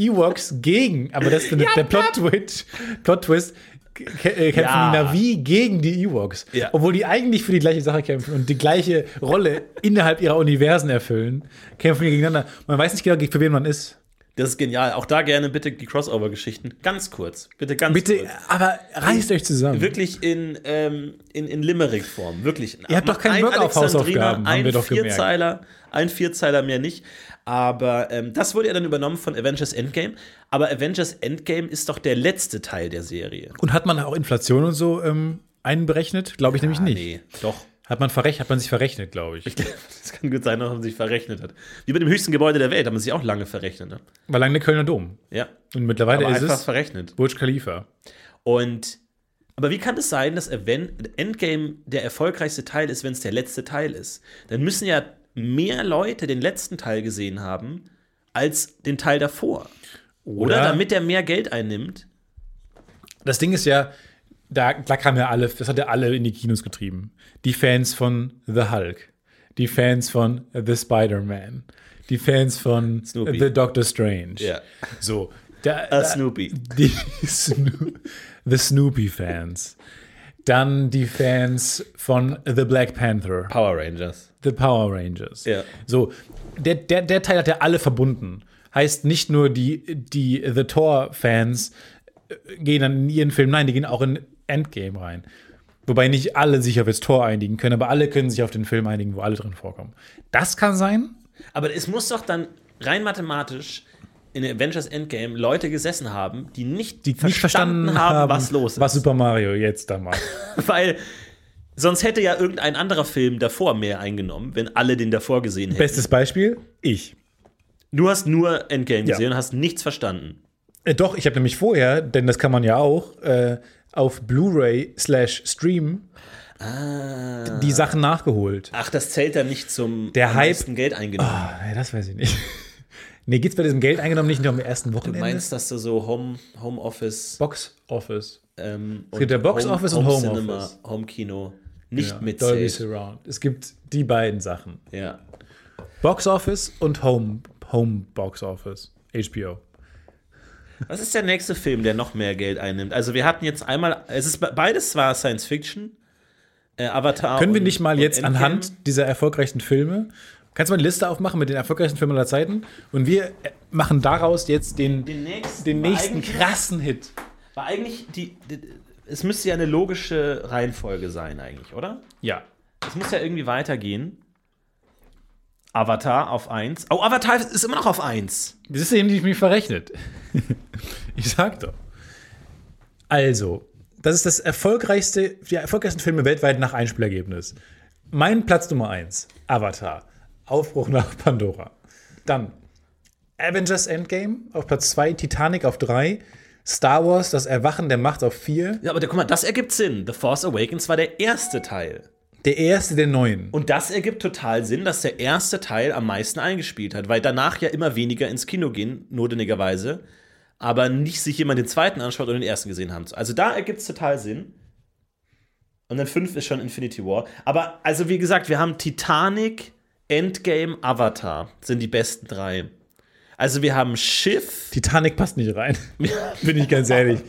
Ewoks gegen. Aber das ist dann der Plot-Twist. Plot-Twist. kä- äh, Kämpfen
Ja.
die Navi gegen die Ewoks.
Ja.
Obwohl die eigentlich für die gleiche Sache kämpfen und die gleiche Rolle innerhalb ihrer Universen erfüllen, kämpfen die gegeneinander. Man weiß nicht genau, für wen man ist.
Das ist genial. Auch da gerne bitte die Crossover-Geschichten. Ganz kurz. Bitte ganz
Bitte,
kurz.
aber reißt euch zusammen.
Wirklich in, ähm, in, in Limerick-Form. Wirklich.
Ihr habt doch keinen Bock auf
Alexandriner,
Hausaufgaben, haben
ein
wir doch gemerkt.
Vierzeiler, ein Vierzeiler mehr nicht. Aber ähm, das wurde ja dann übernommen von Avengers Endgame. Aber Avengers Endgame ist doch der letzte Teil der Serie.
Und hat man auch Inflation und so ähm, einberechnet? Glaube ich nämlich
Ah,
nicht.
Nee, doch. [LAUGHS]
Hat, man verrech hat man sich verrechnet, glaube ich.
Das kann gut sein, dass man sich verrechnet hat. Wie bei dem höchsten Gebäude der Welt haben man sich auch lange verrechnet. Ne?
War lange der Kölner Dom.
Ja.
Und mittlerweile
Aber
ist
einfach
es
verrechnet.
Burj Khalifa.
Und aber wie kann es sein, dass Aven- Endgame der erfolgreichste Teil ist, wenn es der letzte Teil ist? Dann müssen ja mehr Leute den letzten Teil gesehen haben als den Teil davor. Oder, damit er mehr Geld einnimmt.
Das Ding ist ja, da, da kam ja alle, das hat ja alle in die Kinos getrieben. Die Fans von The Hulk, die Fans von The Spider-Man, die Fans von
Snoopy.
The Doctor Strange.
Ja.
So. Da,
Äh,
da-
Snoopy.
[LAUGHS] Die Snoo The Snoopy-Fans. Dann die Fans von The Black Panther.
Power Rangers.
The Power Rangers.
Ja.
So, der, der, der Teil hat ja alle verbunden. Heißt nicht nur die, die The Thor-Fans äh, gehen dann in ihren Film, nein, die gehen auch in Endgame rein. Wobei nicht alle sich auf jetzt Thor einigen können, aber alle können sich auf den Film einigen, wo alle drin vorkommen. Das kann sein.
Aber es muss doch dann rein mathematisch in Avengers Endgame Leute gesessen haben, die nicht,
Die nicht verstanden haben,
was los ist.
Was Super Mario jetzt da macht.
[LAUGHS] Weil sonst hätte ja irgendein anderer Film davor mehr eingenommen, wenn alle den davor gesehen hätten.
Bestes Beispiel, ich.
Du hast nur Endgame
Ja.
gesehen und hast nichts verstanden.
Äh, doch, ich habe nämlich vorher, denn das kann man ja auch, äh, auf Blu-ray slash Stream
Ah.
die Sachen nachgeholt.
Ach, das zählt dann nicht zum
Der
am
Hype-
meisten Geld eingenommen.
Ah, nee, das weiß ich nicht. [LAUGHS] Nee, geht's bei diesem Geld eingenommen nicht noch am ersten
du
Wochenende?
meinst, dass du so Home, Homeoffice.
Box Office.
Ähm, es
gibt ja Box Office und Home Office.
Home Kino nicht
Ja,
mit
Dolby
zählt.
Surround. Es gibt die beiden Sachen.
Ja.
Box Office und Home, Home Box Office. HBO.
Was ist der nächste Film, der noch mehr Geld einnimmt? Also wir hatten jetzt einmal, es ist be- beides war Science Fiction, äh, Avatar.
Können wir
und-
nicht mal
und
jetzt
Endgame.
anhand dieser erfolgreichen Filme, kannst du mal eine Liste aufmachen mit den erfolgreichen Filmen aller Zeiten? Und wir äh, machen daraus jetzt den,
den nächsten,
den
war
nächsten
eigentlich-
krassen Hit.
War eigentlich die, die, es müsste ja eine logische Reihenfolge sein eigentlich, oder?
Ja.
Es muss ja irgendwie weitergehen. Avatar auf 1. Oh, Avatar ist immer noch auf 1.
Das ist eben, die ich mich verrechnet. [LAUGHS] ich sag doch. Also, das ist das erfolgreichste, die erfolgreichsten Filme weltweit nach Einspielergebnis. Mein Platz Nummer 1, Avatar. Aufbruch nach Pandora. Dann Avengers Endgame auf Platz 2, Titanic auf 3, Star Wars, das Erwachen der Macht auf 4,
Ja, aber da, guck mal, das ergibt Sinn. The Force Awakens war der erste Teil.
der erste der neuen.
Und das ergibt total Sinn, dass der erste Teil am meisten eingespielt hat, weil danach ja immer weniger ins Kino gehen, notwendigerweise, aber nicht sich jemand den zweiten anschaut und den ersten gesehen haben. Also da ergibt es total Sinn. Und dann 5 ist schon Infinity War. Aber also wie gesagt, wir haben Titanic, Endgame, Avatar sind die besten drei. Also wir haben Schiff.
Titanic passt nicht rein. [LAUGHS] Bin ich ganz ehrlich.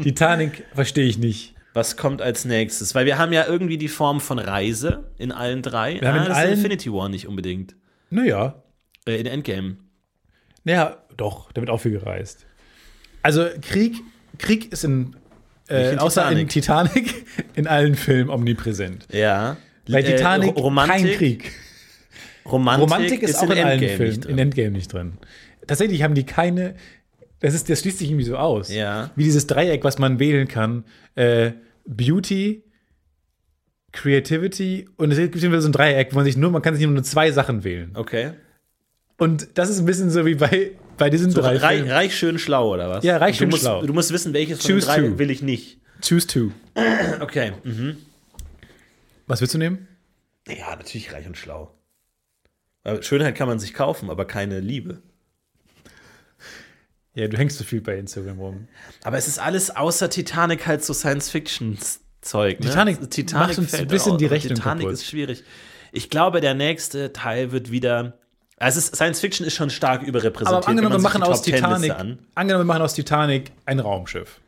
Titanic verstehe ich nicht.
Was kommt als nächstes? Weil wir haben ja irgendwie die Form von Reise in allen drei. Ah,
haben in
das ist
allen-
Infinity War nicht unbedingt.
Naja,
Äh, in Endgame.
Ja, doch, da wird auch viel gereist. Also Krieg, Krieg ist in, äh,
Nicht in
außer in Titanic [LAUGHS] in allen Filmen omnipräsent.
Ja.
Bei Titanic
Äh, Ro- Romantik,
kein Krieg.
Romantik,
Romantik ist, auch in allen
Endgame
Filmen,
nicht drin.
in Endgame nicht drin. Tatsächlich haben die keine, das, ist, das schließt sich irgendwie so aus.
Ja.
Wie dieses Dreieck, was man wählen kann. Äh, Beauty, Creativity und es gibt immer so ein Dreieck, wo man sich nur, man kann sich nur zwei Sachen wählen.
okay.
Und das ist ein bisschen so wie bei, bei diesen
So,
drei
reich,
Filmen.
reich, schön, schlau, oder was?
Ja, reich,
du
schön,
musst,
schlau.
Du musst wissen, welches von den
Choose
drei
two.
will ich nicht.
Choose two.
Okay. Mhm.
Was willst du nehmen?
Ja, natürlich reich und schlau. Aber Schönheit kann man sich kaufen, aber keine Liebe.
Ja, du hängst so viel bei Instagram rum.
Aber es ist alles außer Titanic halt so Science-Fiction-Zeug. Ne?
Titanic macht uns ein
fällt
bisschen
aus,
die
aber
Rechnung
Titanic
kaputt.
ist schwierig. Ich glaube, der nächste Teil wird wieder. Also es ist, Science-Fiction ist schon stark überrepräsentiert.
Aber angenommen, wir
wenn man sich
machen
Also, die
aus
Top-Ten-Liste
Titanic,
an.
angenommen, wir machen aus Titanic ein Raumschiff.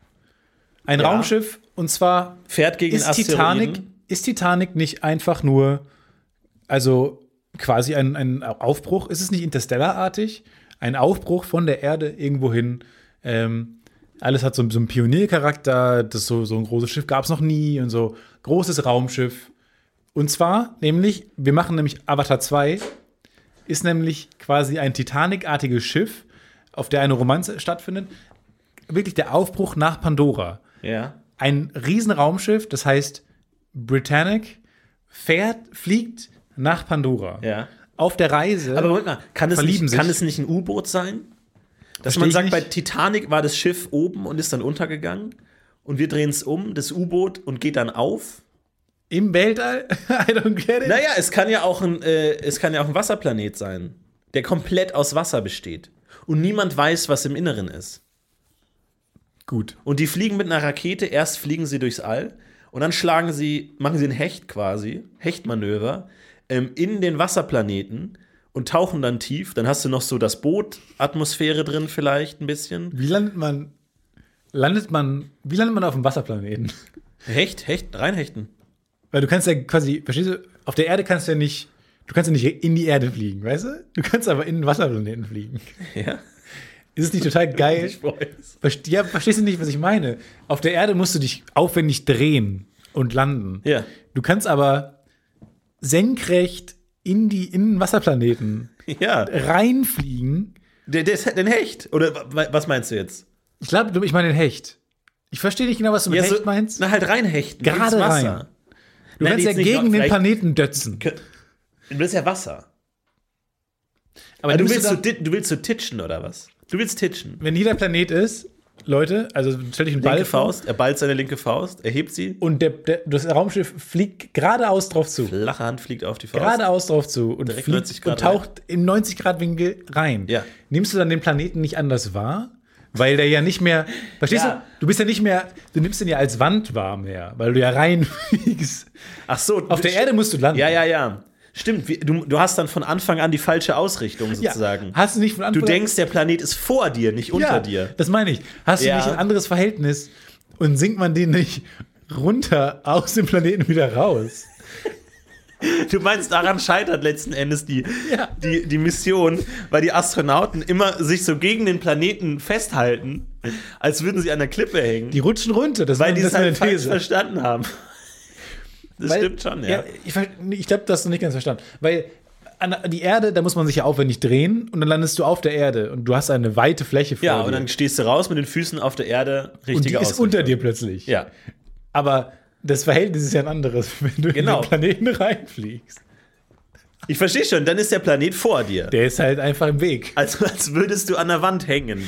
Ein
Ja.
Raumschiff und zwar
Fährt gegen
ist
Asteroiden.
Titanic, ist Titanic nicht einfach nur, also quasi ein, ein Aufbruch? Ist es nicht Interstellar-artig? Ein Aufbruch von der Erde irgendwo hin. Ähm, alles hat so, so einen Pioniercharakter, das so, so ein großes Schiff gab es noch nie und so. Großes Raumschiff. Und zwar nämlich, wir machen nämlich Avatar 2, ist nämlich quasi ein Titanic-artiges Schiff, auf der eine Romanze stattfindet. Wirklich der Aufbruch nach Pandora
Ja.
ein Riesenraumschiff, das heißt Britannic, fährt, fliegt nach Pandora.
Ja.
Auf der Reise.
Aber Moment mal, kann es,
Äh, Verlieben
nicht, kann
sich.
es nicht ein U-Boot sein? Dass
Versteh
man
ich
sagt, bei
nicht.
Titanic war das Schiff oben und ist dann untergegangen. Und wir drehen es um, das U-Boot, und geht dann auf.
Im Weltall? [LAUGHS] I don't get it.
Naja, es kann ja auch ein, äh, es kann ja auch ein Wasserplanet sein, der komplett aus Wasser besteht. Und niemand weiß, was im Inneren ist.
Gut.
Und die fliegen mit einer Rakete, erst fliegen sie durchs All und dann schlagen sie, machen sie ein Hecht quasi, Hechtmanöver, ähm, in den Wasserplaneten und tauchen dann tief. Dann hast du noch so das Boot, Atmosphäre drin vielleicht ein bisschen.
Wie landet man. Landet man. Wie landet man auf dem Wasserplaneten? [LAUGHS]
Hecht, Hecht, reinhechten.
Weil du kannst ja quasi, verstehst du, auf der Erde kannst du ja nicht. Du kannst ja nicht in die Erde fliegen, weißt du? Du kannst aber in den Wasserplaneten fliegen.
[LAUGHS]
[LAUGHS]
Ja,
Ist es nicht total geil?
ich weiß.
Verste- ja, verstehst du nicht, was ich meine? Auf der Erde musst du dich aufwendig drehen und landen.
Ja.
Du kannst aber senkrecht in die in den Wasserplaneten
Ja,
reinfliegen.
der, der, den Hecht. Oder wa- was meinst du jetzt?
Ich glaube, du- ich meine den Hecht. Ich verstehe nicht genau, was du mit
Ja,
Hecht
so-
meinst.
Na, halt reinhechten.
Gerade
ins
rein. du
Nein,
kannst ja
jetzt nicht,
gegen den
vielleicht-
Planeten dötzen.
Du willst ja Wasser. Aber
Aber
du
nimmst
willst,
dann-
so, di- du willst so titschen oder was? Du willst titschen.
wenn jeder Planet ist, Leute, also stell dich einen Ball
Linke
vor
Faust, er ballt seine linke Faust, er hebt sie.
und der, der, das Raumschiff fliegt geradeaus drauf zu.
Flache Hand fliegt auf die Faust.
geradeaus drauf zu und,
Direkt 90
fliegt
Grad
und taucht im 90 Grad Winkel rein.
Ja.
Nimmst du dann den Planeten nicht anders wahr? Weil der ja nicht mehr, verstehst
Ja.
du? Du bist ja nicht mehr, du nimmst den ja als Wand wahr mehr, weil du
[LAUGHS]
ja reinfliegst.
Ach so,
Auf der Erde musst du landen.
Ja, ja, ja. Stimmt, wie- du, du hast dann von Anfang an die falsche Ausrichtung sozusagen.
Hast du nicht von
du
Anfang an-
denkst, der Planet ist vor dir, nicht unter
ja,
dir.
Das meine ich. Hast
Ja.
du nicht ein anderes Verhältnis und sinkt man den nicht runter aus dem Planeten wieder raus?
Du meinst, daran scheitert letzten Endes [LAUGHS] die,
Ja.
die, die Mission, weil die Astronauten immer sich so gegen den Planeten festhalten, als würden sie an der Klippe hängen,
Die rutschen runter. Das
weil
war-
die
das
es
war
halt
eine
falsch
These.
verstanden haben. Das
Weil-
stimmt schon, ja.
ich ver- nee, ich glaube, das hast du nicht ganz verstanden. Weil an die Erde, da muss man sich ja aufwendig drehen und dann landest du auf der Erde und du hast eine weite Fläche vor
Ja,
dir.
und dann stehst du raus mit den Füßen auf der Erde,
und die
richtige
ist
Ausrichtung.
unter dir plötzlich.
Ja.
Aber das Verhältnis ist ja ein anderes, [LAUGHS] wenn du
Genau.
in den Planeten reinfliegst.
Ich verstehe schon, dann ist der Planet vor dir.
Der ist halt einfach im Weg.
Also als würdest du an der Wand hängen.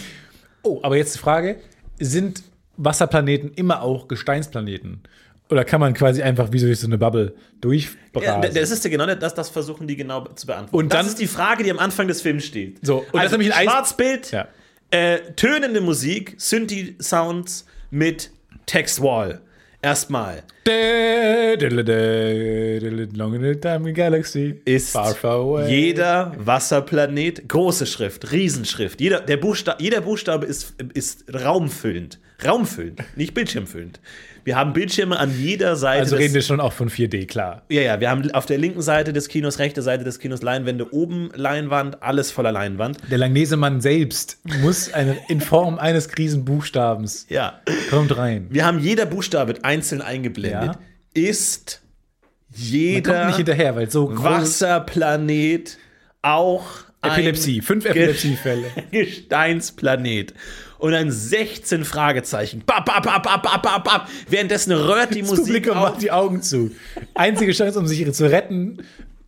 Oh, aber jetzt die Frage: Sind Wasserplaneten immer auch Gesteinsplaneten? Oder kann man quasi einfach wie so durch so eine Bubble
Ja,
durchbrasen?
das ist ja genau das, das versuchen die genau zu beantworten.
Und dann-
das ist die Frage, die am Anfang des Films steht.
So, und das ist nämlich ein Eis-
Schwarzbild,
Ja.
äh, tönende Musik, Synthi-Sounds mit Textwall. Erstmal.
Dä, dä, dä, dä, dä, Long in the time in galaxy
Ist
far, far away.
jeder Wasserplanet große Schrift, Riesenschrift. Jeder, der Buchsta jeder Buchstabe ist, ist raumfüllend. Raumfüllend, nicht bildschirmfüllend. Wir haben Bildschirme an jeder Seite
Also
des
reden wir schon auch von 4D, klar.
Ja, ja, wir haben auf der linken Seite des Kinos, rechte Seite des Kinos Leinwände, oben Leinwand, alles voller Leinwand.
Der Langnesemann selbst muss eine, in Form eines Krisenbuchstabens
Ja.
kommt rein.
Wir haben jeder Buchstabe einzeln eingeblendet.
Ja.
Ist
Man kommt
jeder
nicht hinterher, weil so groß
Wasserplanet auch ein
Epilepsie, fünf Epilepsiefälle.
[LAUGHS]
[LAUGHS]
Gesteinsplanet. Und dann 16 Fragezeichen. Bap, bap, bap, bap, bap, bap, bap. Währenddessen röhrt die
Das
Musik
Publikum
auf.
macht die Augen zu. Einzige Chance, um sich zu retten,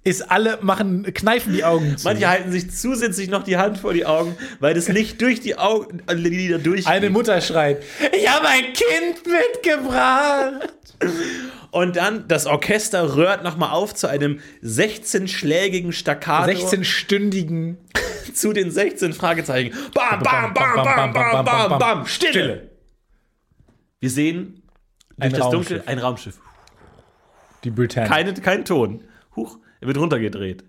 ist alle machen, kneifen die Augen zu.
Manche halten sich zusätzlich noch die Hand vor die Augen, weil das Licht durch die Augen, äh, die da durch
Eine Mutter schreit: Ich habe ein Kind mitgebracht.
Und dann das Orchester rührt nochmal auf zu einem 16-schlägigen Staccato
16-stündigen.
zu den 16 Fragezeichen. Bam, bam, bam, bam, bam, bam, bam, Stille. Wir sehen
Ein
durch das Dunkel
Raumschiff.
ein Raumschiff.
Die Britannia.
Keine, kein Ton. Huch, er wird runtergedreht.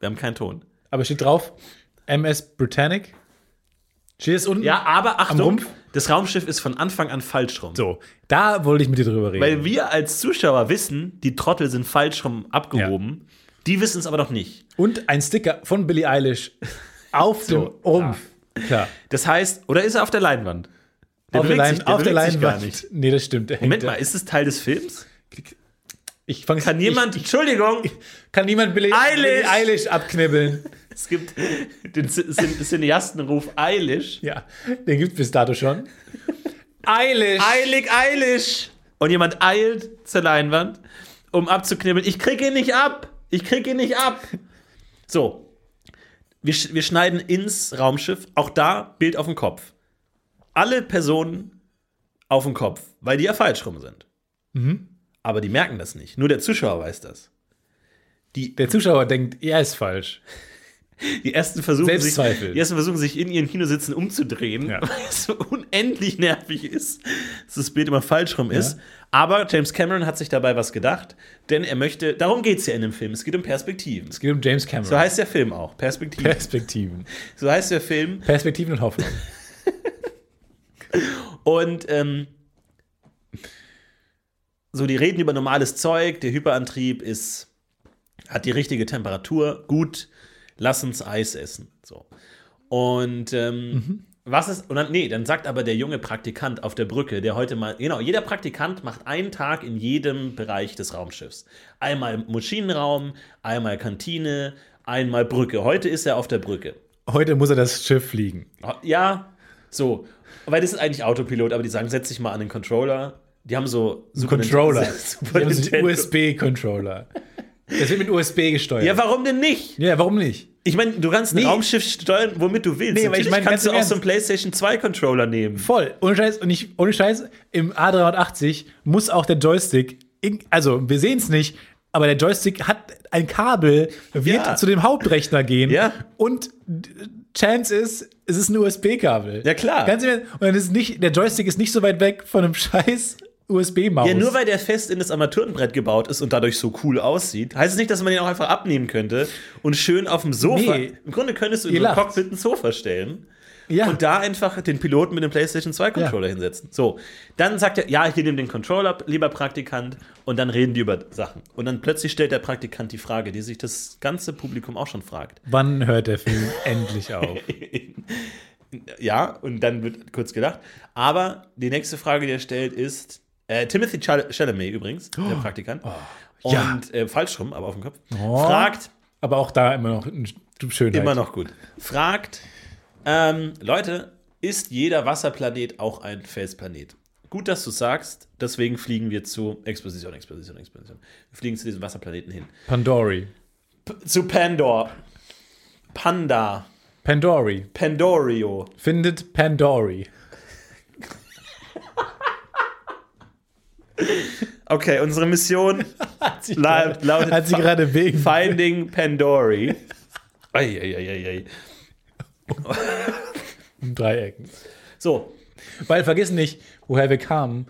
Wir haben keinen Ton.
Aber steht drauf: MS Britannic. Steht es unten?
Ja, aber Achtung,
Rumpf?
das Raumschiff ist von Anfang an falsch rum.
So, da wollte ich mit dir drüber reden.
Weil wir als Zuschauer wissen, die Trottel sind falsch rum abgehoben. Die wissen es aber noch nicht.
Und ein Sticker von Billie Eilish auf dem Rumpf. Klar.
Das heißt, oder ist er auf der Leinwand?
auf der,
Ah. bewegt
Lein
sich-
auf der
bewegt sich gar
Leinwand.
nicht.
Nee, das stimmt.
Moment mal, ist es Teil des Films?
Ich fang's,
Kann jemand, Entschuldigung,
Ich, kann niemand Billie
Eilish!
Billie Eilish abknibbeln?
es gibt den Cin- Cin- Cineastenruf Eilish.
ja, den gibt's bis dato schon. Eilish!
Eilig, Eilish! Und jemand eilt zur Leinwand, um abzuknibbeln. Ich krieg ihn nicht ab! Ich krieg ihn nicht ab! So. Wir, sch- wir schneiden ins Raumschiff. Auch da Bild auf den Kopf. Alle Personen auf den Kopf, weil die ja falsch rum sind. Aber die merken das nicht. Nur der Zuschauer weiß das. Die
Der Zuschauer denkt, er ist falsch.
Die ersten versuchen sich,
Selbstzweifel.
die ersten versuchen sich in ihren Kinositzen umzudrehen, [LAUGHS]
Ja.
weil es so unendlich nervig ist, dass das Bild immer falsch rum ist. Aber James Cameron hat sich dabei was gedacht, denn er möchte, darum geht es ja in dem Film, es geht um Perspektiven.
Es geht um James Cameron.
So heißt der Film auch, Perspektiven.
Perspektiven.
So heißt der Film.
Perspektiven und Hoffnung.
Und ähm, so, die reden über normales Zeug, der Hyperantrieb ist, hat die richtige Temperatur, gut, lass uns Eis essen. So. Und ähm, was ist, und dann, nee, dann sagt aber der junge Praktikant auf der Brücke, der heute mal, genau, jeder Praktikant macht einen Tag in jedem Bereich des Raumschiffs. Einmal Maschinenraum, einmal Kantine, einmal Brücke. Heute ist er auf der Brücke.
Heute muss er das Schiff fliegen.
Ja, so. Weil das ist eigentlich Autopilot, aber die sagen, setz dich mal an den Controller. Die haben so Super
Controller.
[LAUGHS] Super
Wir haben so einen
Nintendo.
USB-Controller. Das wird mit USB gesteuert.
Ja, warum denn nicht?
ja, warum nicht?
Ich meine, du kannst ein
Nee.
Raumschiff steuern, womit du willst.
Nee, aber ich
Natürlich
meine, ganz
kannst du
im
auch so
Ernst.
einen PlayStation 2 Controller nehmen.
Voll. Ohne Scheiß, und ich, ohne Scheiß, im A380 muss auch der Joystick, in, also wir sehen es nicht, aber der Joystick hat ein Kabel, wird
Ja.
zu dem Hauptrechner gehen
Ja.
und Chance ist, es ist ein USB-Kabel.
Ja, klar.
Ganz im Ernst. und dann ist nicht, der Joystick ist nicht so weit weg von einem [LAUGHS] scheiß USB-Maus.
Ja, nur weil der fest in das Armaturenbrett gebaut ist und dadurch so cool aussieht, heißt es nicht, dass man den auch einfach abnehmen könnte und schön auf dem Sofa.
Nee.
Im Grunde könntest du in
Ihr
so einem
lacht.
Cockpit ein Sofa stellen
ja.
und da einfach den Piloten mit dem PlayStation 2 Controller hinsetzen. So, dann sagt er, ja, ich nehme den Controller, lieber Praktikant, und dann reden die über Sachen. Und dann plötzlich stellt der Praktikant die Frage, die sich das ganze Publikum auch schon fragt.
Wann hört der Film [LAUGHS] endlich
[LAUGHS]
auf?
Ja, und dann wird kurz gedacht. Aber die nächste Frage, die er stellt, ist äh, Timothy Chal- Chalamet übrigens, der Praktikant. Und
Oh. ja.
äh, falsch rum, aber auf dem Kopf.
Oh.
Fragt,
Aber auch da immer noch ein Schönheit.
immer noch gut. Fragt, ähm, Leute, ist jeder Wasserplanet auch ein Felsplanet? Gut, dass du sagst, deswegen fliegen wir zu Exposition, Exposition, Exposition. Wir fliegen zu diesem Wasserplaneten hin.
Pandori.
Zu Pandor. Panda.
Pandori.
Pandorio.
Findet Pandori.
Okay, unsere [LAUGHS] Mission la lautet
Hat sie gerade wegen.
Finding Pandori. [LAUGHS] Ei, ei, ei, ei, ei.
um Dreiecken.
So,
Weil vergiss nicht, woher wir kamen,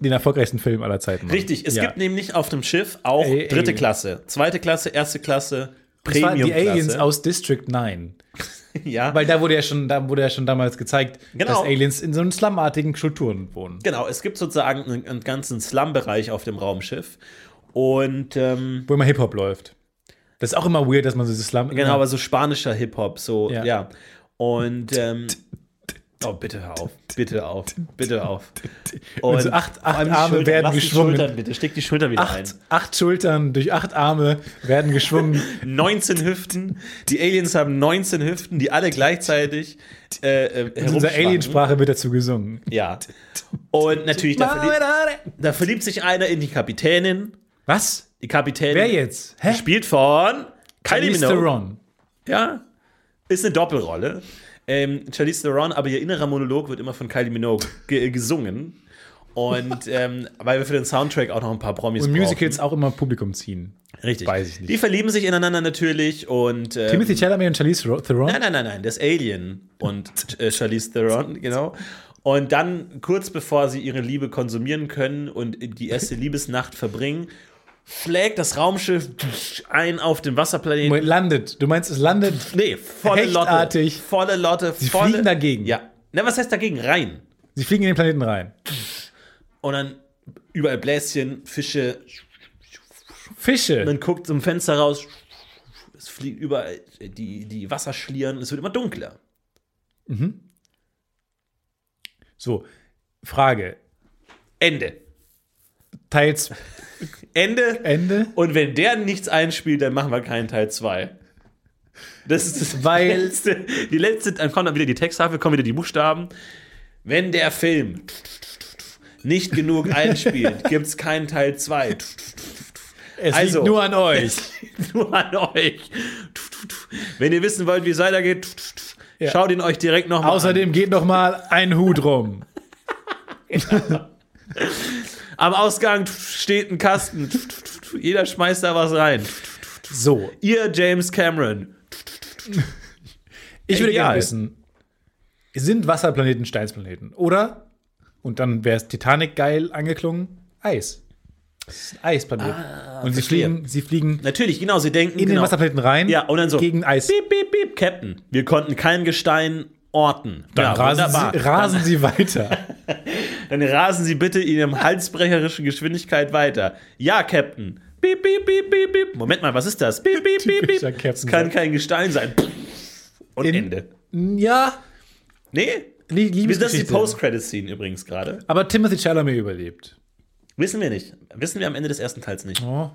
den erfolgreichsten Film aller Zeiten. machen.
richtig. Es
Ja.
gibt nämlich auf dem Schiff auch
Ey,
dritte
ey.
Klasse, zweite Klasse, erste Klasse,
Das waren die Aliens
Premium-Klasse.
aus District 9.
[LAUGHS] Ja,
Weil da wurde ja schon, da wurde ja schon damals gezeigt,
Genau.
dass Aliens in so einem slumartigen Kulturen wohnen.
genau. Es gibt sozusagen einen, einen ganzen Slum-Bereich auf dem Raumschiff. Und ähm,
Wo immer Hip-Hop läuft. Das ist auch immer weird, dass man so dieses Slum.
genau, aber so spanischer Hip-Hop, so, ja.
Ja.
Und, ähm, oh, bitte hör auf, bitte auf, bitte auf.
Und so acht- acht Arme
Schultern,
werden
lass die
geschwungen.
Schultern bitte, steck die Schultern wieder ein.
acht, acht Schultern durch acht Arme werden
[LAUGHS]
geschwungen.
19 Hüften. Die Aliens haben 19 Hüften, die alle gleichzeitig äh, äh,
In unserer
herumschwanken.
Aliensprache wird dazu gesungen.
Ja. Und natürlich, da, verliebt, da verliebt sich einer in die Kapitänin.
Was?
Die Kapitänin
Wer jetzt? Hä?
spielt von Kylie
Charlize
Minogue.
Theron.
Ja. Ist eine Doppelrolle. Ähm, Charlize Theron, aber ihr innerer Monolog wird immer von Kylie Minogue ge äh, gesungen.
[LAUGHS]
Und ähm, weil wir für den Soundtrack auch noch ein paar Promis
Und
brauchen. Ähm.
Musicals auch immer Publikum ziehen.
Richtig.
Weiß ich nicht.
Die verlieben sich ineinander natürlich und ähm,
Timothy Chalamet und Charlize Ro- Theron?
Nein, nein, nein, nein, das Alien und äh, Charlize Theron, genau. Und dann kurz bevor sie ihre Liebe konsumieren können und die
[LAUGHS]
erste Liebesnacht verbringen, schlägt das Raumschiff ein auf dem Wasserplaneten.
Moment, Landet. Du meinst, es landet.
Nee, volle Lotte.
Hechtartig.
Volle Lotte,
Sie
volle.
fliegen dagegen.
Ja. Na, was heißt dagegen? Rein.
Sie fliegen in den Planeten rein.
Und dann überall Bläschen, Fische,
Fische.
man guckt zum Fenster raus, es fliegt überall die, die Wasserschlieren, es wird immer dunkler.
So, Frage.
Ende.
Teils
Ende.
Ende?
Und wenn der nichts einspielt, dann machen wir keinen Teil 2. Das ist das
Weil-
letzte. Die letzte, dann kommen dann wieder die Texttafel, kommen wieder die Buchstaben. Wenn der Film nicht genug
[LAUGHS]
einspielt, gibt es keinen Teil 2.
Es
Also.
liegt nur
[LAUGHS]
an euch.
Nur an euch. Wenn ihr wissen wollt, wie es weitergeht,
Ja.
schaut ihn euch direkt nochmal an.
Außerdem geht noch mal ein Hut rum.
Am Ausgang steht ein Kasten. Jeder schmeißt da was rein.
So,
Ihr James Cameron.
ich würde
Egal.
gerne wissen, sind Wasserplaneten Steinsplaneten? Oder, und dann wäre es Titanic geil angeklungen, Eis. Es ist ein Eisplanet. und sie
Ah, verstehe.
fliegen, sie fliegen
Natürlich, genau, sie denken
in den
genau.
Wasserplaneten rein
Ja, und dann so.
gegen Eis.
Piep, piep, piep, Captain. Wir konnten kein Gestein orten.
Dann
ja,
rasen,
wunderbar.
sie, [LAUGHS] rasen sie weiter.
Dann, dann rasen Sie bitte in Ihrem halsbrecherischen Geschwindigkeit weiter. Ja, Captain. Piep, piep, piep, piep, piep. Moment mal, was ist das? Piep, piep, piep, piep.
Typischer Captain.
Es kann kein Gestein sein. Und
In-
Ende.
ja,
Nee?
lie-
Das ist die
Liebesgeschichte.
Post-Credit-Scene übrigens gerade.
Aber Timothy Chalamet überlebt.
Wissen wir nicht. Wissen wir am Ende des ersten Teils nicht.
Oh.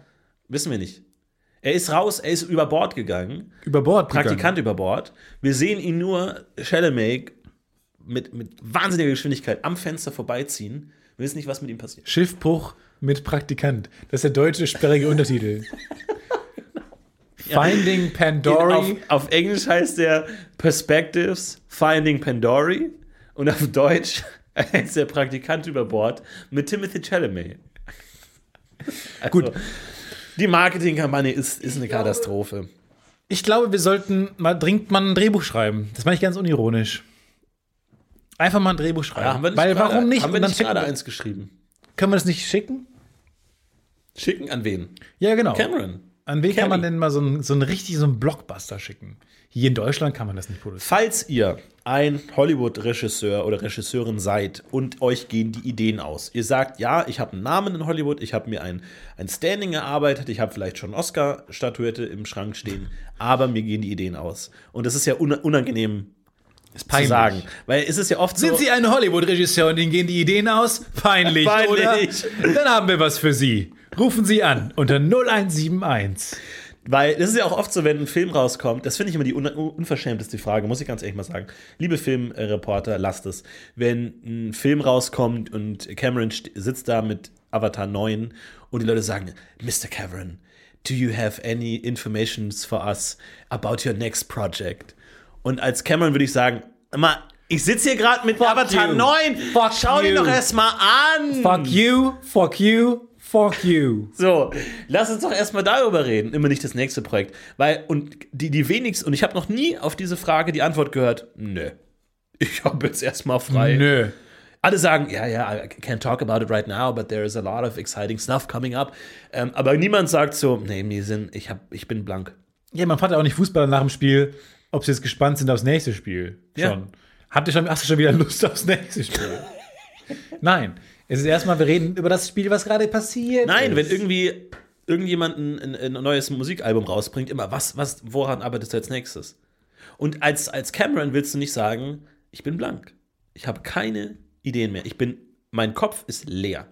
Wissen wir nicht. Er ist raus, er ist über Bord gegangen.
Über Bord gegangen.
Praktikant über Bord. Wir sehen ihn nur Chalamet mit, mit wahnsinniger Geschwindigkeit am Fenster vorbeiziehen. Wir wissen nicht, was mit ihm passiert.
Schiffbruch mit Praktikant. Das ist der deutsche
[LAUGHS]
sperrige Untertitel. Finding
Auf,
Pandori.
auf Englisch heißt der Perspectives Finding Pandori und auf Deutsch [LAUGHS] heißt der Praktikant über Bord mit Timothy Chalamet. Also,
Gut.
Die Marketingkampagne ist, ist eine Katastrophe.
Ich glaube, wir sollten mal dringend mal ein Drehbuch schreiben. Das meine ich ganz unironisch. Einfach mal ein Drehbuch schreiben.
Ja, haben wir nicht
Weil
gerade-
warum nicht?
Haben wir
Und dann
nicht
schicken
gerade
wir-
eins geschrieben?
Können wir das nicht schicken?
Schicken an wen?
Ja, genau.
Cameron.
An wen kann
Cammy.
man denn mal so einen so einen richtig so einen Blockbuster schicken? Hier in Deutschland kann man das nicht produzieren.
Falls ihr ein Hollywood-Regisseur oder Regisseurin seid und euch gehen die Ideen aus, ihr sagt, ja, ich habe einen Namen in Hollywood, ich habe mir ein, ein Standing erarbeitet, ich habe vielleicht schon Oscar-Statuette im Schrank stehen, aber mir gehen die Ideen aus. Und das ist ja un unangenehm
Ist
zu sagen, weil es ist ja oft so.
Sind Sie eine Hollywood-Regisseur und Ihnen gehen die Ideen aus? [LAUGHS] Peinlich,
Peinlich.
oder? Dann haben wir was für Sie. Rufen Sie an unter 0171.
Weil das ist ja auch oft so, wenn ein Film rauskommt, das finde ich immer die un unverschämteste Frage, muss ich ganz ehrlich mal sagen. Liebe Filmreporter, lasst es. Wenn ein Film rauskommt und Cameron st- sitzt da mit Avatar 9 und die Leute sagen, Mr. Cameron, do you have any informations for us about your next project? Und als Cameron würde ich sagen, immer, ich sitze hier gerade mit Avatar
you.
9,
Fuck
schau dir
you.
doch erstmal an.
Fuck you, fuck you, fuck you.
So, lass uns doch erstmal darüber reden. Immer nicht das nächste Projekt. Weil, und die, die wenigsten, und ich habe noch nie auf diese Frage die Antwort gehört, nö. Ich habe jetzt erstmal frei.
Nö.
Alle sagen, ja, ja, I can't talk about it right now, but there is a lot of exciting stuff coming up. Ähm, aber niemand sagt so, nee, mir sind, ich, hab, ich bin blank.
Ja, man fragt ja auch nicht Fußballer nach dem Spiel, ob sie jetzt gespannt sind aufs nächste Spiel.
Ja.
Schon. Habt ihr schon, hast du schon wieder Lust aufs nächste [LAUGHS] Spiel? Nein. Es ist erstmal, wir reden über das Spiel, was gerade passiert.
Nein,
ist.
wenn irgendwie irgendjemand ein, ein, ein neues Musikalbum rausbringt, immer, was, was, woran arbeitest du als nächstes? Und als, als Cameron willst du nicht sagen, ich bin blank. Ich habe keine Ideen mehr. Ich bin, mein Kopf ist leer.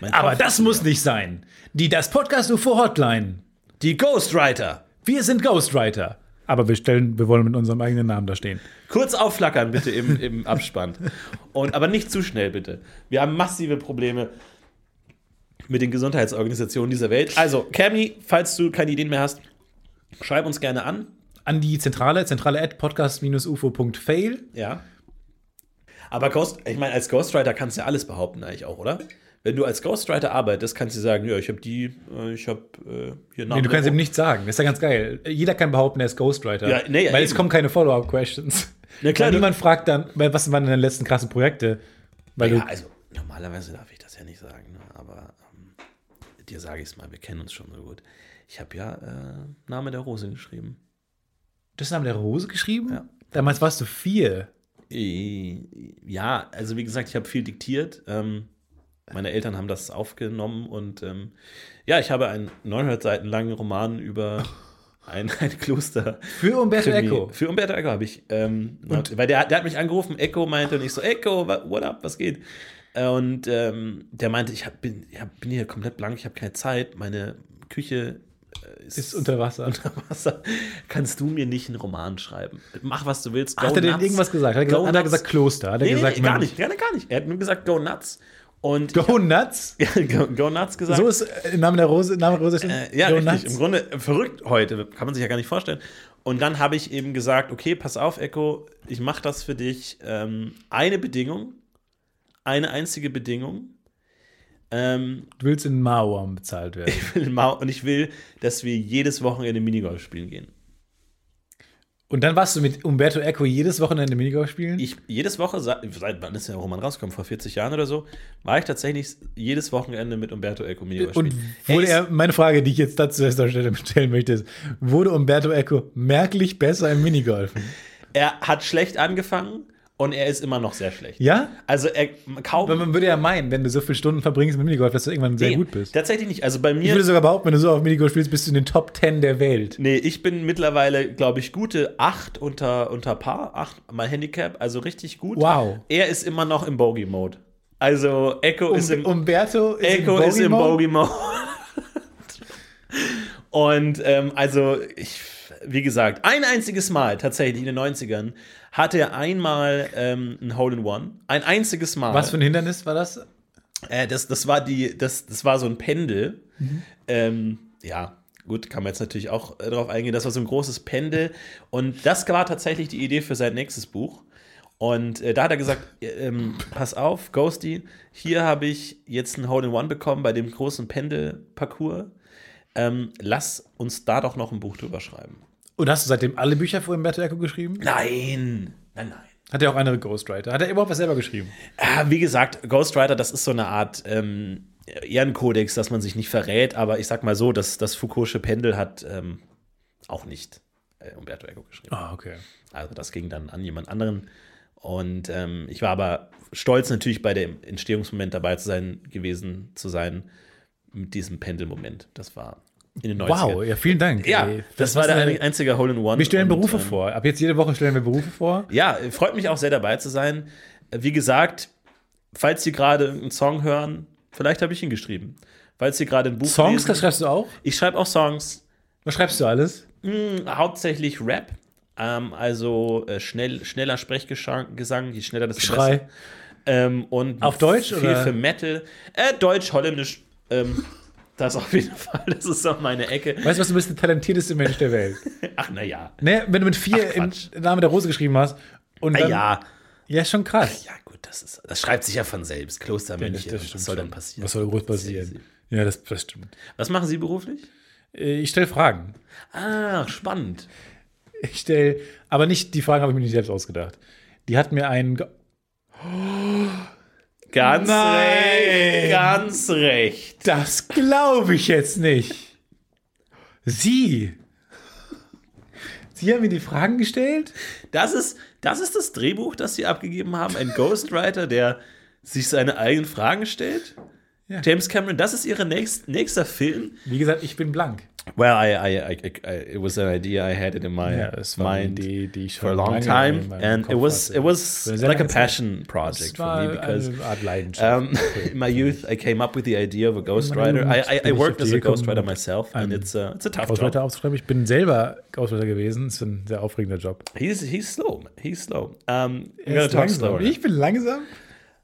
Mein
Aber
Kopf
das
ist
muss nicht sein. Die Das Podcast UFO Hotline.
leer. Die Ghostwriter.
Wir sind Ghostwriter. Aber wir stellen, wir wollen mit unserem eigenen Namen da stehen.
Kurz aufflackern bitte im, im Abspann. Und, aber nicht zu schnell bitte. Wir haben massive Probleme mit den Gesundheitsorganisationen dieser Welt. Also, Cammy, falls du keine Ideen mehr hast, schreib uns gerne an.
An die Zentrale, zentrale at podcast-ufo.fail.
Ja. Aber Ghost, ich meine, als Ghostwriter kannst du ja alles behaupten eigentlich auch, oder? Wenn du als Ghostwriter arbeitest, kannst du sagen, ja, ich habe die, äh, ich habe äh, hier Namen.
Nee, du kannst eben nichts sagen. Das ist ja ganz geil. Jeder kann behaupten, er ist Ghostwriter.
Ja, nee, ja,
weil es
eben.
kommen keine Follow-up-Questions.
Ja, klar,
Weil
du-
niemand fragt dann, weil was waren deine letzten krassen Projekte? Weil
Ja,
du,
also normalerweise darf ich das ja nicht sagen, ne? aber ähm, dir sage ich es mal, wir kennen uns schon so gut. Ich habe ja äh, Name der Rose geschrieben.
das haben der Rose geschrieben?
Ja.
Damals warst du vier.
Äh, Ja, also wie gesagt, ich habe viel diktiert. Ähm, meine Eltern haben das aufgenommen und ähm, ja, ich habe einen 900 Seiten langen Roman über ein, ein Kloster
Für Umberto
Krimi.
Eco.
Für Umberto Eco habe ich. Ähm, weil der, der hat mich angerufen, Eco meinte und ich so, Eco, wa- what up, was geht? Äh, Und ähm, der meinte, ich hab, bin, ich hab, bin hier komplett blank, ich habe keine Zeit, meine Küche äh, ist, [LAUGHS]
Ist unter Wasser.
unter Wasser. Kannst du mir nicht einen Roman schreiben? Mach, was du willst.
Hat er denn
nuts.
irgendwas gesagt? Hat er
Go
gesagt, hat er
nuts.
gesagt Kloster? Hat er
Nee,
gesagt,
nee, gar
man-
nicht, ne, gar nicht, gar nicht. Er hat nur gesagt, go nuts. Und ich
Go nuts?
hab- go, [LAUGHS] go nuts gesagt.
So ist äh, Name der Rose, Name der Rose ist
Äh, ja, richtig. Im Grunde äh, verrückt heute, kann man sich ja gar nicht vorstellen. Und dann habe ich eben gesagt, okay, pass auf, Echo, ich mache das für dich. Ähm, eine Bedingung, eine einzige Bedingung. Ähm, [LAUGHS]
Du willst in Mauern bezahlt werden.
ich will Mau- und ich will, dass wir jedes Wochenende Minigolf spielen gehen.
Und dann warst du mit Umberto Eco jedes Wochenende Minigolf spielen?
Ich jedes Woche, seit, seit wann ist der Roman rausgekommen? Vor 40 Jahren oder so, war ich tatsächlich jedes Wochenende mit Umberto Eco Minigolf
Und
spielen.
wurde
ist-
er, meine Frage, die ich jetzt dazu an dieser Stelle stellen möchte, ist, wurde Umberto Eco merklich besser im Minigolfen?
er hat schlecht angefangen und er ist immer noch sehr schlecht.
Ja?
Also er kaum.
Weil man würde ja meinen, wenn du so viele Stunden verbringst mit Minigolf, dass du irgendwann sehr
Nee,
gut bist.
Tatsächlich nicht. Also bei
Ich würde
mir.
sogar behaupten, wenn du so auf Minigolf spielst, bist du in den Top 10 der Welt.
Nee, ich bin mittlerweile, glaube ich, gute 8 unter, unter Paar, 8 mal Handicap, also richtig gut.
Wow.
Er ist immer noch im Bogey-Mode. Also Echo ist im,
Um, Umberto ist
Echo ist im
Bogey-Mode?
Bogey-Mode. Und ähm, also, ich, wie gesagt, ein einziges Mal tatsächlich in den 90ern hatte er einmal ähm, ein Hole in One. Ein einziges Mal.
Was für ein Hindernis war das?
Äh, das, das war die, das, das war so ein Pendel. Ähm, ja, gut, kann man jetzt natürlich auch äh, drauf eingehen. Das war so ein großes Pendel. Und das war tatsächlich die Idee für sein nächstes Buch. Und äh, da hat er gesagt, äh, ähm, pass auf, Ghosty, hier habe ich jetzt ein Hole-in-One bekommen bei dem großen Pendelparcours. Ähm, lass uns da doch noch ein Buch drüber schreiben.
Und hast du seitdem alle Bücher für Umberto Eco geschrieben?
Nein, nein, nein.
Hat er auch andere Ghostwriter? Hat er überhaupt was selber geschrieben?
Ah, Wie gesagt, Ghostwriter, das ist so eine Art ähm, Ehrenkodex, dass man sich nicht verrät, aber ich sag mal so, dass das Foucault'sche Pendel hat ähm, auch nicht äh, Umberto Eco geschrieben.
Ah, okay.
Also das ging dann an jemand anderen. Und ähm, ich war aber stolz natürlich bei dem Entstehungsmoment dabei zu sein gewesen zu sein mit diesem Pendelmoment. Das war in den 90ern.
Wow, ja, vielen Dank.
Ja,
Ey,
das, war
ist
der
eine-
einzige Hole in One.
Wir stellen
Und,
Berufe
ähm,
vor. Ab jetzt jede Woche stellen wir Berufe vor.
Ja, freut mich auch sehr dabei zu sein. Wie gesagt, falls Sie gerade einen Song hören, vielleicht habe ich ihn geschrieben. Falls Sie gerade ein Buch
Songs,
lesen,
das schreibst du auch?
ich schreibe auch Songs,
Was schreibst du alles?
hauptsächlich Rap. Ähm, also äh, schnell, schneller Sprechgesang, Gesang, je schneller das
Schrei.
Ähm, und
Auf Deutsch,
viel
oder?
für Metal. Äh, Deutsch, Holländisch. Ähm, [LAUGHS] das auf jeden Fall. Das ist auch meine Ecke.
Weißt du, was du bist der talentierteste Mensch
[LAUGHS]
der Welt?
Ach, naja.
Ne, wenn du mit vier
Ach,
im
Quatsch.
Namen der Rose geschrieben hast. Und dann,
Naja.
Ja, ist schon krass.
Ja, gut, das, ist, das schreibt sich ja von selbst. Klostermönche. was soll dann passieren?
Was soll groß passieren? Ja, das, das stimmt.
Was machen Sie beruflich?
Äh, Ich stelle Fragen.
Ah, spannend.
Ich stelle, aber nicht, die Fragen habe ich mir nicht selbst ausgedacht. Die hat mir einen. ge-
Ganz
Nein.
recht. Ganz recht.
Das glaube ich jetzt nicht. Sie. Sie haben mir die Fragen gestellt?
Das ist, das ist das Drehbuch, das Sie abgegeben haben. Ein Ghostwriter, der sich seine eigenen Fragen stellt.
Ja.
James Cameron, das ist Ihr nächst, nächster Film.
Wie gesagt, ich bin blank.
Well, I, I, I, I, it was an idea I had it in my uh, mind
die ich
for a long time, and it was, it was like a passion project
Project
for me because
eine Art Leidenschaft.
um, [LAUGHS] in my youth I came up with the idea of a ghostwriter.
Jugend
I, I, I
bin ich
worked
auf
as
die
a
Idee
ghostwriter
gekommen,
myself, and
einen
it's a, it's a tough
Ghostwriter
job.
aufzuschreiben. Ich bin selber Ghostwriter gewesen. Das ist ein sehr aufregender Job.
He's he's slow. He's slow. Um, we're
Er
gonna
ist
talk
langsam.
slower.
Ich bin langsam.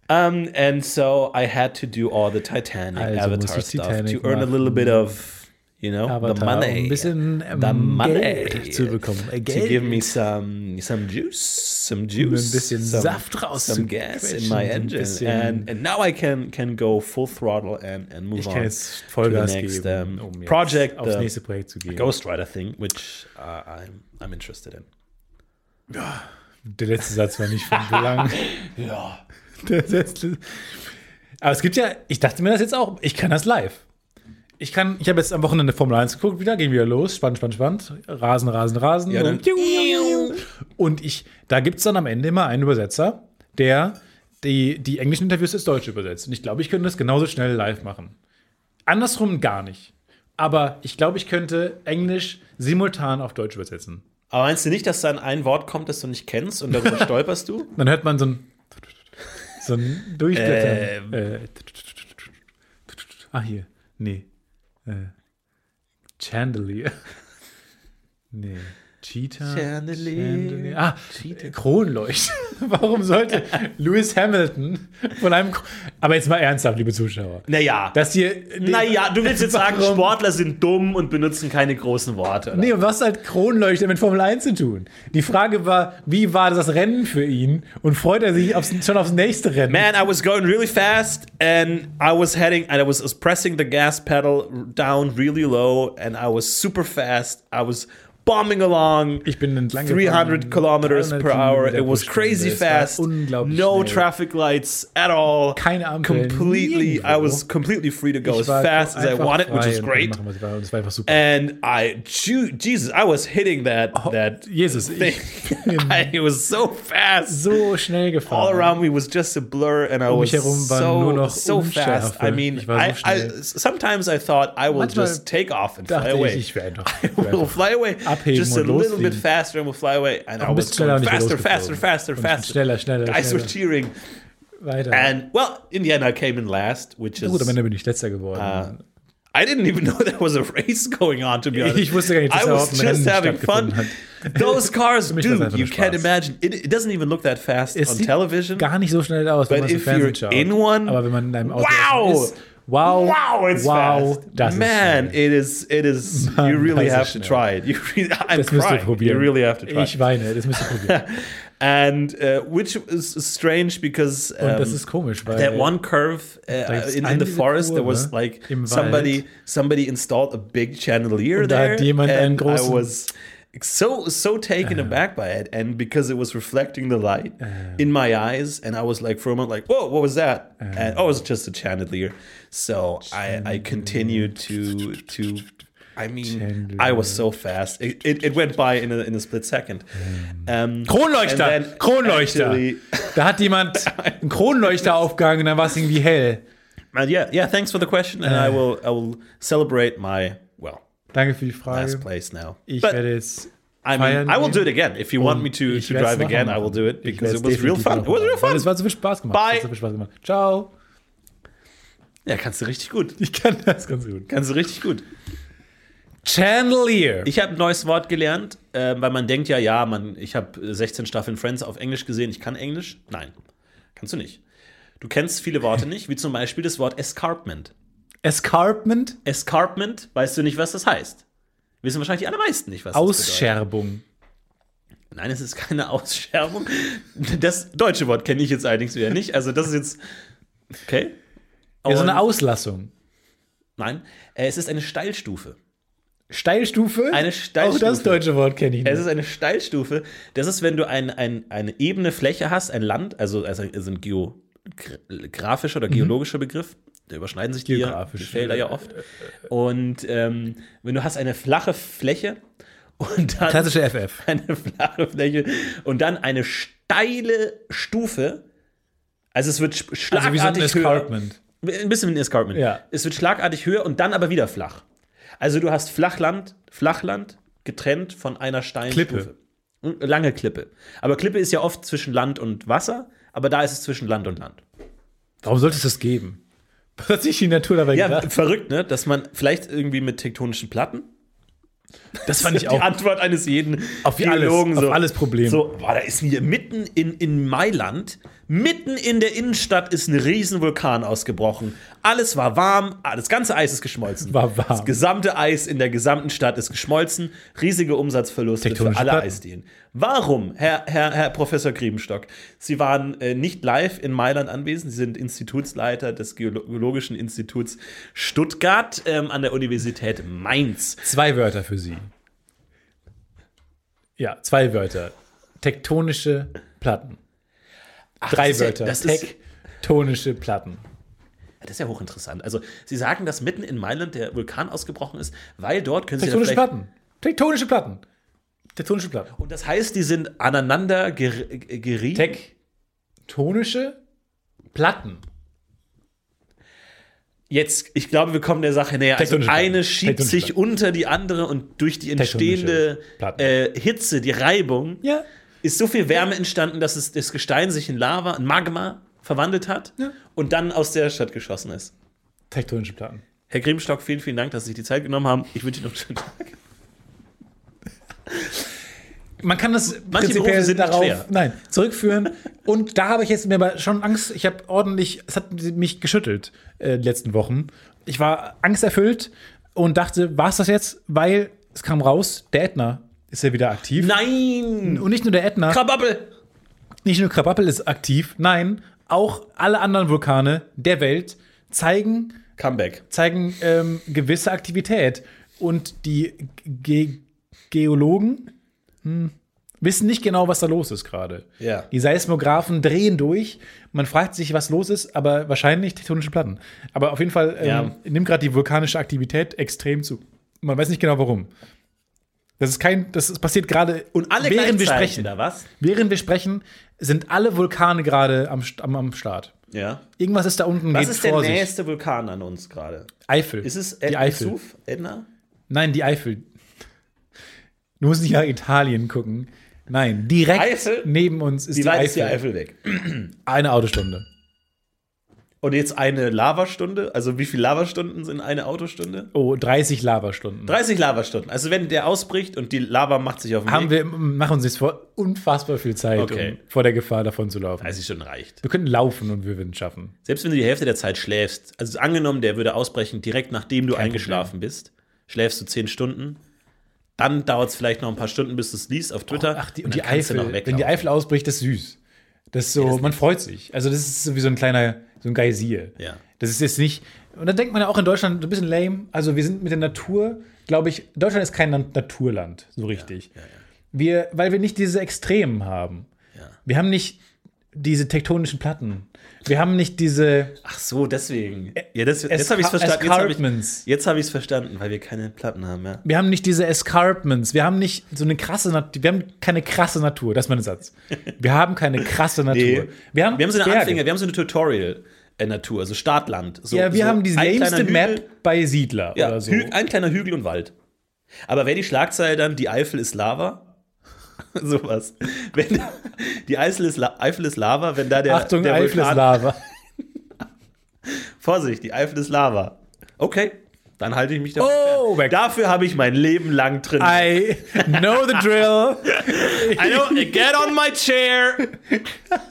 Um, and so I had to do all the Titanic
Also muss
Avatar
ich
stuff
Titanic
to earn a little bit of you know the
Avatar, um
money,
ein bisschen ähm,
the money
Geld zu bekommen. Äh,
to
Geld.
give me some some juice, some
ein
juice,
bisschen
some,
Saft
some gas in my
rauszuquetschen, ein
engine,
bisschen-
and and now I can can go full throttle and and move
Ich
on
kann jetzt
to
Vollgas
the next
geben,
um,
um jetzt
project,
aufs
the
nächste Projekt zu gehen.
Ghostwriter thing, which uh, I'm I'm interested in.
Der letzte Satz war nicht von Belang.
[LAUGHS] Ja.
Der letzte. Aber es gibt ja, ich dachte mir das jetzt auch, ich kann das live. Ich kann, ich habe jetzt am Wochenende Formel 1 geguckt, wieder, ging wieder los, spannend, spannend, spannend. Rasen, rasen, rasen.
Ja, dann-
und, piu, piu, piu. und ich, da gibt es dann am Ende immer einen Übersetzer, der die, die englischen Interviews ins Deutsche übersetzt. Und ich glaube, ich könnte das genauso schnell live machen. Andersrum gar nicht. Aber ich glaube, ich könnte Englisch simultan auf Deutsch übersetzen.
Aber meinst du nicht, dass dann ein Wort kommt, das du nicht kennst und
[LAUGHS]
darüber stolperst du?
Dann hört man so ein, so ein Durchblättern.
Ähm.
Äh, ah, hier. Nee. Äh, Chandelier. [LAUGHS] Nee. Cheetah.
Chandelier.
Chandelier. Ah, Kronleuchter. [LAUGHS] Warum sollte Lewis Hamilton von einem. Kro- Aber jetzt mal ernsthaft, liebe Zuschauer.
Naja.
Dass hier.
Naja, du willst jetzt sagen,
Warum?
Sportler sind dumm und benutzen keine großen Worte. oder?
Nee, und was hat Kronleuchter mit Formel 1 zu tun? Die Frage war, wie war das Rennen für ihn? Und freut er sich aufs, schon aufs nächste Rennen?
Man, I was going really fast and I was heading and I was, was pressing the gas pedal down really low and I was super fast. I was bombing along.
Ich bin entlang gefahren.
300 kilometers per
300
hour.
Kilometer
It was
pro
crazy
Stunde. Es war
fast.
unglaublich
No
schnell.
traffic lights at all.
Keine Ampel,
Completely, I was
nirgendwo.
completely free to go as
Ich war
fast as I
einfach
wanted, which
frei
is
und
great.
machen, was ich war. Und es war einfach super.
And I, ju- Jesus, I was hitting that
Oh.
that [LAUGHS]
Jesus, ich
thing.
[LAUGHS]
it was so fast.
so schnell
all
gefahren.
around me was just a blur and I was
mich herum waren
so,
nur noch
so fast.
Unschärfe.
I mean,
Ich war so
I, I,
schnell.
sometimes I thought I will
Manchmal
just take off and fly
Dachte ich,
away.
ich
[LAUGHS]
wäre doch.
We'll fly away
abheben
just a
und
little bit
losfliegen.
faster and we'll fly away. And I
ein
was
bisschen schneller
going
und ich wäre
faster,
losgeflogen.
faster, faster,
Und ich bin
faster.
schneller, schneller,
Guys were
schneller.
cheering.
Weiter.
And well, in the end, I came in last, which is.
Gut, am Ende bin ich letzter geworden.
uh, I didn't even know [LAUGHS] there was a race going on, to be honest.
Ich wusste gar nicht, dass
I
da
was
überhaupt ein
just
Rennen
having fun.
stattgefunden hat.
Those cars,
mich war's
dude,
einfach
you
nur
can't
Spaß.
imagine. It, it doesn't even look that fast
es
on
sieht
television.
gar nicht so schnell aus,
But
wenn man es im
if you're
Fernsehen schaut.
in one-
Aber wenn man in einem Auto
Wow!
ist, wow,
Wow, it's
wow,
fast.
das
Man,
ist schnell.
it is, it is.
[LAUGHS] Man,
you really
das ist
have to
schnell.
try it. [LAUGHS] You really, I'm
das müsst ihr
crying.
probieren.
You really have to try.
Ich
it.
weine, das müsst ihr probieren.
And uh, which is strange because
Und
[LAUGHS] um,
das ist komisch, weil
that one curve uh,
gibt's
in, in
eine
the forest there was
Kurve
like
im Wald.
somebody somebody installed a big chandelier
Und da
there.
hat jemand
and
einen
I
großen-
was so so taken aback by it, and because it was reflecting the light in my eyes, and I was like for a moment like, "Whoa, what was that?" and oh, it was just a chandelier. So I I continued to to. I mean, I was so fast. It, it, it went by in a, in a split second. Um,
Kronleuchter!
and then
Kronleuchter!
actually-
da
[LAUGHS]
hat jemand einen Kronleuchter aufgehangen und dann war es irgendwie hell.
and yeah, yeah. Thanks for the question, and I will I will celebrate my well
Danke für die
last
Frage.
place now.
Ich
But-
werde jetzt.
I
feiern
mean, I will
gehen.
do it again. If you want me to,
Ich
to
werd's
drive
nochmal
again, I
machen.
will do it
Ich
because it
werd's
was real
definitiv
fun. It was
nochmal
real
machen. Weil
fun.
Es war so viel Spaß gemacht.
Bye.
Es hat so viel Spaß gemacht. Ciao.
Ja, kannst du richtig gut.
Ich kann das ganz gut.
Kannst du richtig gut.
Chandelier.
Ich habe ein neues Wort gelernt, äh, weil man denkt ja, ja, man, ich habe 16 Staffeln Friends auf Englisch gesehen, ich kann Englisch. Nein, kannst du nicht. Du kennst viele Worte nicht, wie zum Beispiel das Wort Escarpment.
Escarpment.
Escarpment, weißt du nicht, was das heißt? Wissen wahrscheinlich die allermeisten nicht, was das bedeutet.
Ausscherbung.
Nein, es ist keine Ausscherbung. Das deutsche Wort kenne ich jetzt allerdings wieder nicht. Also das ist jetzt okay.
Ja, so eine
Und-
Auslassung.
Nein, äh, es ist eine Steilstufe.
Steilstufe?
Eine Steilstufe.
Auch das deutsche Wort kenne ich
Es
nicht.
ist eine Steilstufe. Das ist, wenn du ein, ein, eine ebene Fläche hast, ein Land, also, also ist ein geografischer oder geologischer Begriff. Da überschneiden sich die, ja- die
Mhm. Geografisch.
Felder ja oft. Und ähm, wenn du hast eine flache Fläche und dann
Klassische FF.
eine [LAUGHS] flache Fläche und dann eine steile Stufe. Also es wird sch-
Also wie so ein
schlagartig höher.
Escarpment.
Ein bisschen wie ein Escarpment.
Ja.
Es wird schlagartig höher und dann aber wieder flach. Also du hast Flachland, Flachland getrennt von einer steilen
Klippe.
Stufe. Und Lange Klippe. Aber Klippe ist ja oft zwischen Land und Wasser, aber da ist es zwischen Land und Land.
Warum sollte es das geben? [LAUGHS] Was hat sich die Natur dabei
Ja,
gedacht?
verrückt, ne? Dass man vielleicht irgendwie mit tektonischen Platten.
Das fand
[LAUGHS] Die Antwort eines jeden
Auf alles,
Geologen
auf alles Problem.
So, boah, da ist hier mitten in, in Mailand, mitten in der Innenstadt ist ein Riesenvulkan ausgebrochen. Alles war warm, ah, das ganze Eis ist geschmolzen.
War warm.
Das gesamte Eis in der gesamten Stadt ist geschmolzen. Riesige Umsatzverluste für
Tektonische
alle
Platten.
Eisdielen. Warum, Herr, Herr, Herr Professor Griebenstock? Sie waren äh, nicht live in Mailand anwesend. Sie sind Institutsleiter des Geologischen Instituts Stuttgart ähm, an der Universität Mainz.
Zwei Wörter für sie. Ja, zwei Wörter. Tektonische Platten. Drei
das ist ja-
Wörter.
das ist-
Tektonische Platten.
Ja, Das ist ja hochinteressant. Also, Sie sagen, dass mitten in Mailand der Vulkan ausgebrochen ist, weil dort können Sie ja
Tektonische
vielleicht.
Platten. Tektonische Platten. Tektonische Platten.
Und das heißt, die sind aneinander ger äh, gerieben.
Tektonische Platten.
Jetzt, ich glaube, wir kommen der Sache näher. Also
Tektonische
eine
Platten.
schiebt
Tektonische
sich unter die andere und durch die entstehende
Tektonische Platten.
äh, Hitze, die Reibung,
Ja.
ist so viel Wärme entstanden, dass es, das Gestein sich in Lava, in Magma verwandelt hat
Ja.
und dann aus der Stadt geschossen ist.
Tektonische Platten.
Herr Grimstock, vielen, vielen Dank, dass Sie sich die Zeit genommen haben. Ich wünsche Ihnen noch einen schönen Tag.
Man kann das
Manche Berufe sind nicht
darauf
schwer.
nein, zurückführen. Und da habe ich jetzt mir aber schon Angst. Ich habe ordentlich, es hat mich geschüttelt äh, die letzten Wochen. Ich war angsterfüllt und dachte, war es das jetzt? Weil es kam raus, der Ätna ist ja wieder aktiv.
Nein!
Und nicht nur der Ätna,
Krabappel!
nicht nur Krabappel ist aktiv, nein, auch alle anderen Vulkane der Welt zeigen
Comeback.
zeigen ähm, gewisse Aktivität. Und die Ge Geologen hm, wissen nicht genau, was da los ist gerade.
Ja.
Die Seismographen drehen durch. Man fragt sich, was los ist, aber wahrscheinlich tektonische Platten. Aber auf jeden Fall ähm,
Ja.
nimmt gerade die vulkanische Aktivität extrem zu. Man weiß nicht genau, warum. Das ist kein, das ist passiert gerade
Und alle
während wir
gleichzeitig,
sprechen.
oder was?
Während wir sprechen, sind alle Vulkane gerade am, St- am, am Start.
Ja.
Irgendwas ist da unten.
Was
geht
ist der
vor sich.
nächste Vulkan an uns gerade?
Eifel.
Ist es
die
Ed-
Eifel?
Vesuv? Ätna?
Nein, die Eifel. Du musst nicht nach Italien gucken. Nein, direkt
Eifel?
neben uns ist
Wie
die
weit
Eifel.
ist die Eifel weg?
Eine Autostunde.
Und jetzt eine Lavastunde? Also wie viele Lavastunden sind eine Autostunde?
Oh, 30 Lavastunden.
30 Lavastunden. Also wenn der ausbricht und die Lava macht sich auf den
Haben
Weg,
wir, machen uns jetzt vor unfassbar viel Zeit,
Okay. Also
um vor der Gefahr davon zu laufen.
30 Stunden reicht.
wir könnten laufen und wir würden es schaffen.
Selbst wenn du die Hälfte der Zeit schläfst, also angenommen, der würde ausbrechen direkt nachdem du eingeschlafen bist, schläfst du 10 Stunden, dann dauert es vielleicht noch ein paar Stunden, bis du es liest auf Twitter.
Ach, die,
und
und die
dann kannst du
Eifel,
noch
wenn die
weglaufen.
Eifel ausbricht, das ist süß. Das ist so, man freut sich. Also das ist so wie so ein kleiner, so ein Geysir.
Ja.
Das ist jetzt nicht, und dann denkt man ja auch in Deutschland so ein bisschen lame. Also wir sind mit der Natur glaube ich, Deutschland ist kein Land- Naturland, so richtig. Wir, weil wir nicht diese Extremen haben. Wir haben nicht diese tektonischen Platten. Wir haben nicht diese
Ach so, deswegen. Ja, das, jetzt habe ich es
Esca-
verstanden. Jetzt habe ich-
Escarpments.
Jetzt habe ich es verstanden, weil wir keine Platten haben, ja.
wir haben nicht diese Escarpments, wir haben nicht so eine krasse Natur, wir haben keine krasse Natur, das ist mein Satz. Wir haben keine krasse Natur.
Nee.
Wir haben,
Wir haben so eine
Berge.
Anfänger, wir haben so eine Tutorial-Natur, also Startland. So,
Ja, wir
so
haben diese
ein kleiner
lämste
Hügel,
Map bei Siedler
Ja,
oder so.
Hü ein kleiner Hügel und Wald. Aber wäre die Schlagzeile dann, die Eifel ist Lava? [LAUGHS] Sowas. Wenn [LAUGHS] da- die Eifel ist, La Eifel ist Lava, wenn da der.
Achtung,
der
Eifel ist
Vulkan-
Lava.
[LAUGHS] Vorsicht, die Eifel ist Lava. Okay, dann halte ich mich dafür.
Oh,
fern.
weg.
Dafür habe ich mein Leben lang drin.
I know the drill.
I don't, get on my chair.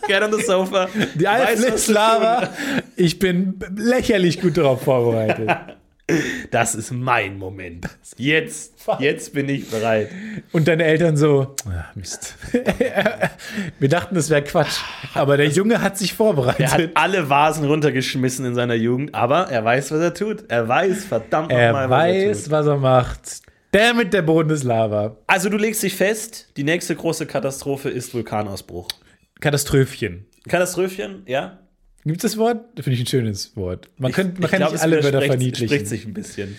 Get on the sofa.
Die
Weiß,
Eifel
was
ist
zu
Lava. Ich bin lächerlich gut darauf vorbereitet.
tun. Das ist mein Moment. Jetzt, jetzt bin ich bereit.
Und deine Eltern so, ah, Mist. [LAUGHS] Wir dachten, das wäre Quatsch. Aber der Junge hat sich
Er hat
vorbereitet.
alle Vasen runtergeschmissen in seiner Jugend, aber er weiß, was er tut. Er weiß verdammt
Er
nochmal, was er
weiß,
tut.
was er macht. Damit der Boden ist Lava.
Also du legst dich fest, die nächste große Katastrophe ist Vulkanausbruch.
Katastrophchen.
Katastrophchen, ja?
Gibt es das Wort? Finde ich ein schönes Wort. Man, könnte, man kann
glaub,
nicht
es
alle Wörter
widerspricht-
verniedlichen.
spricht sich ein bisschen.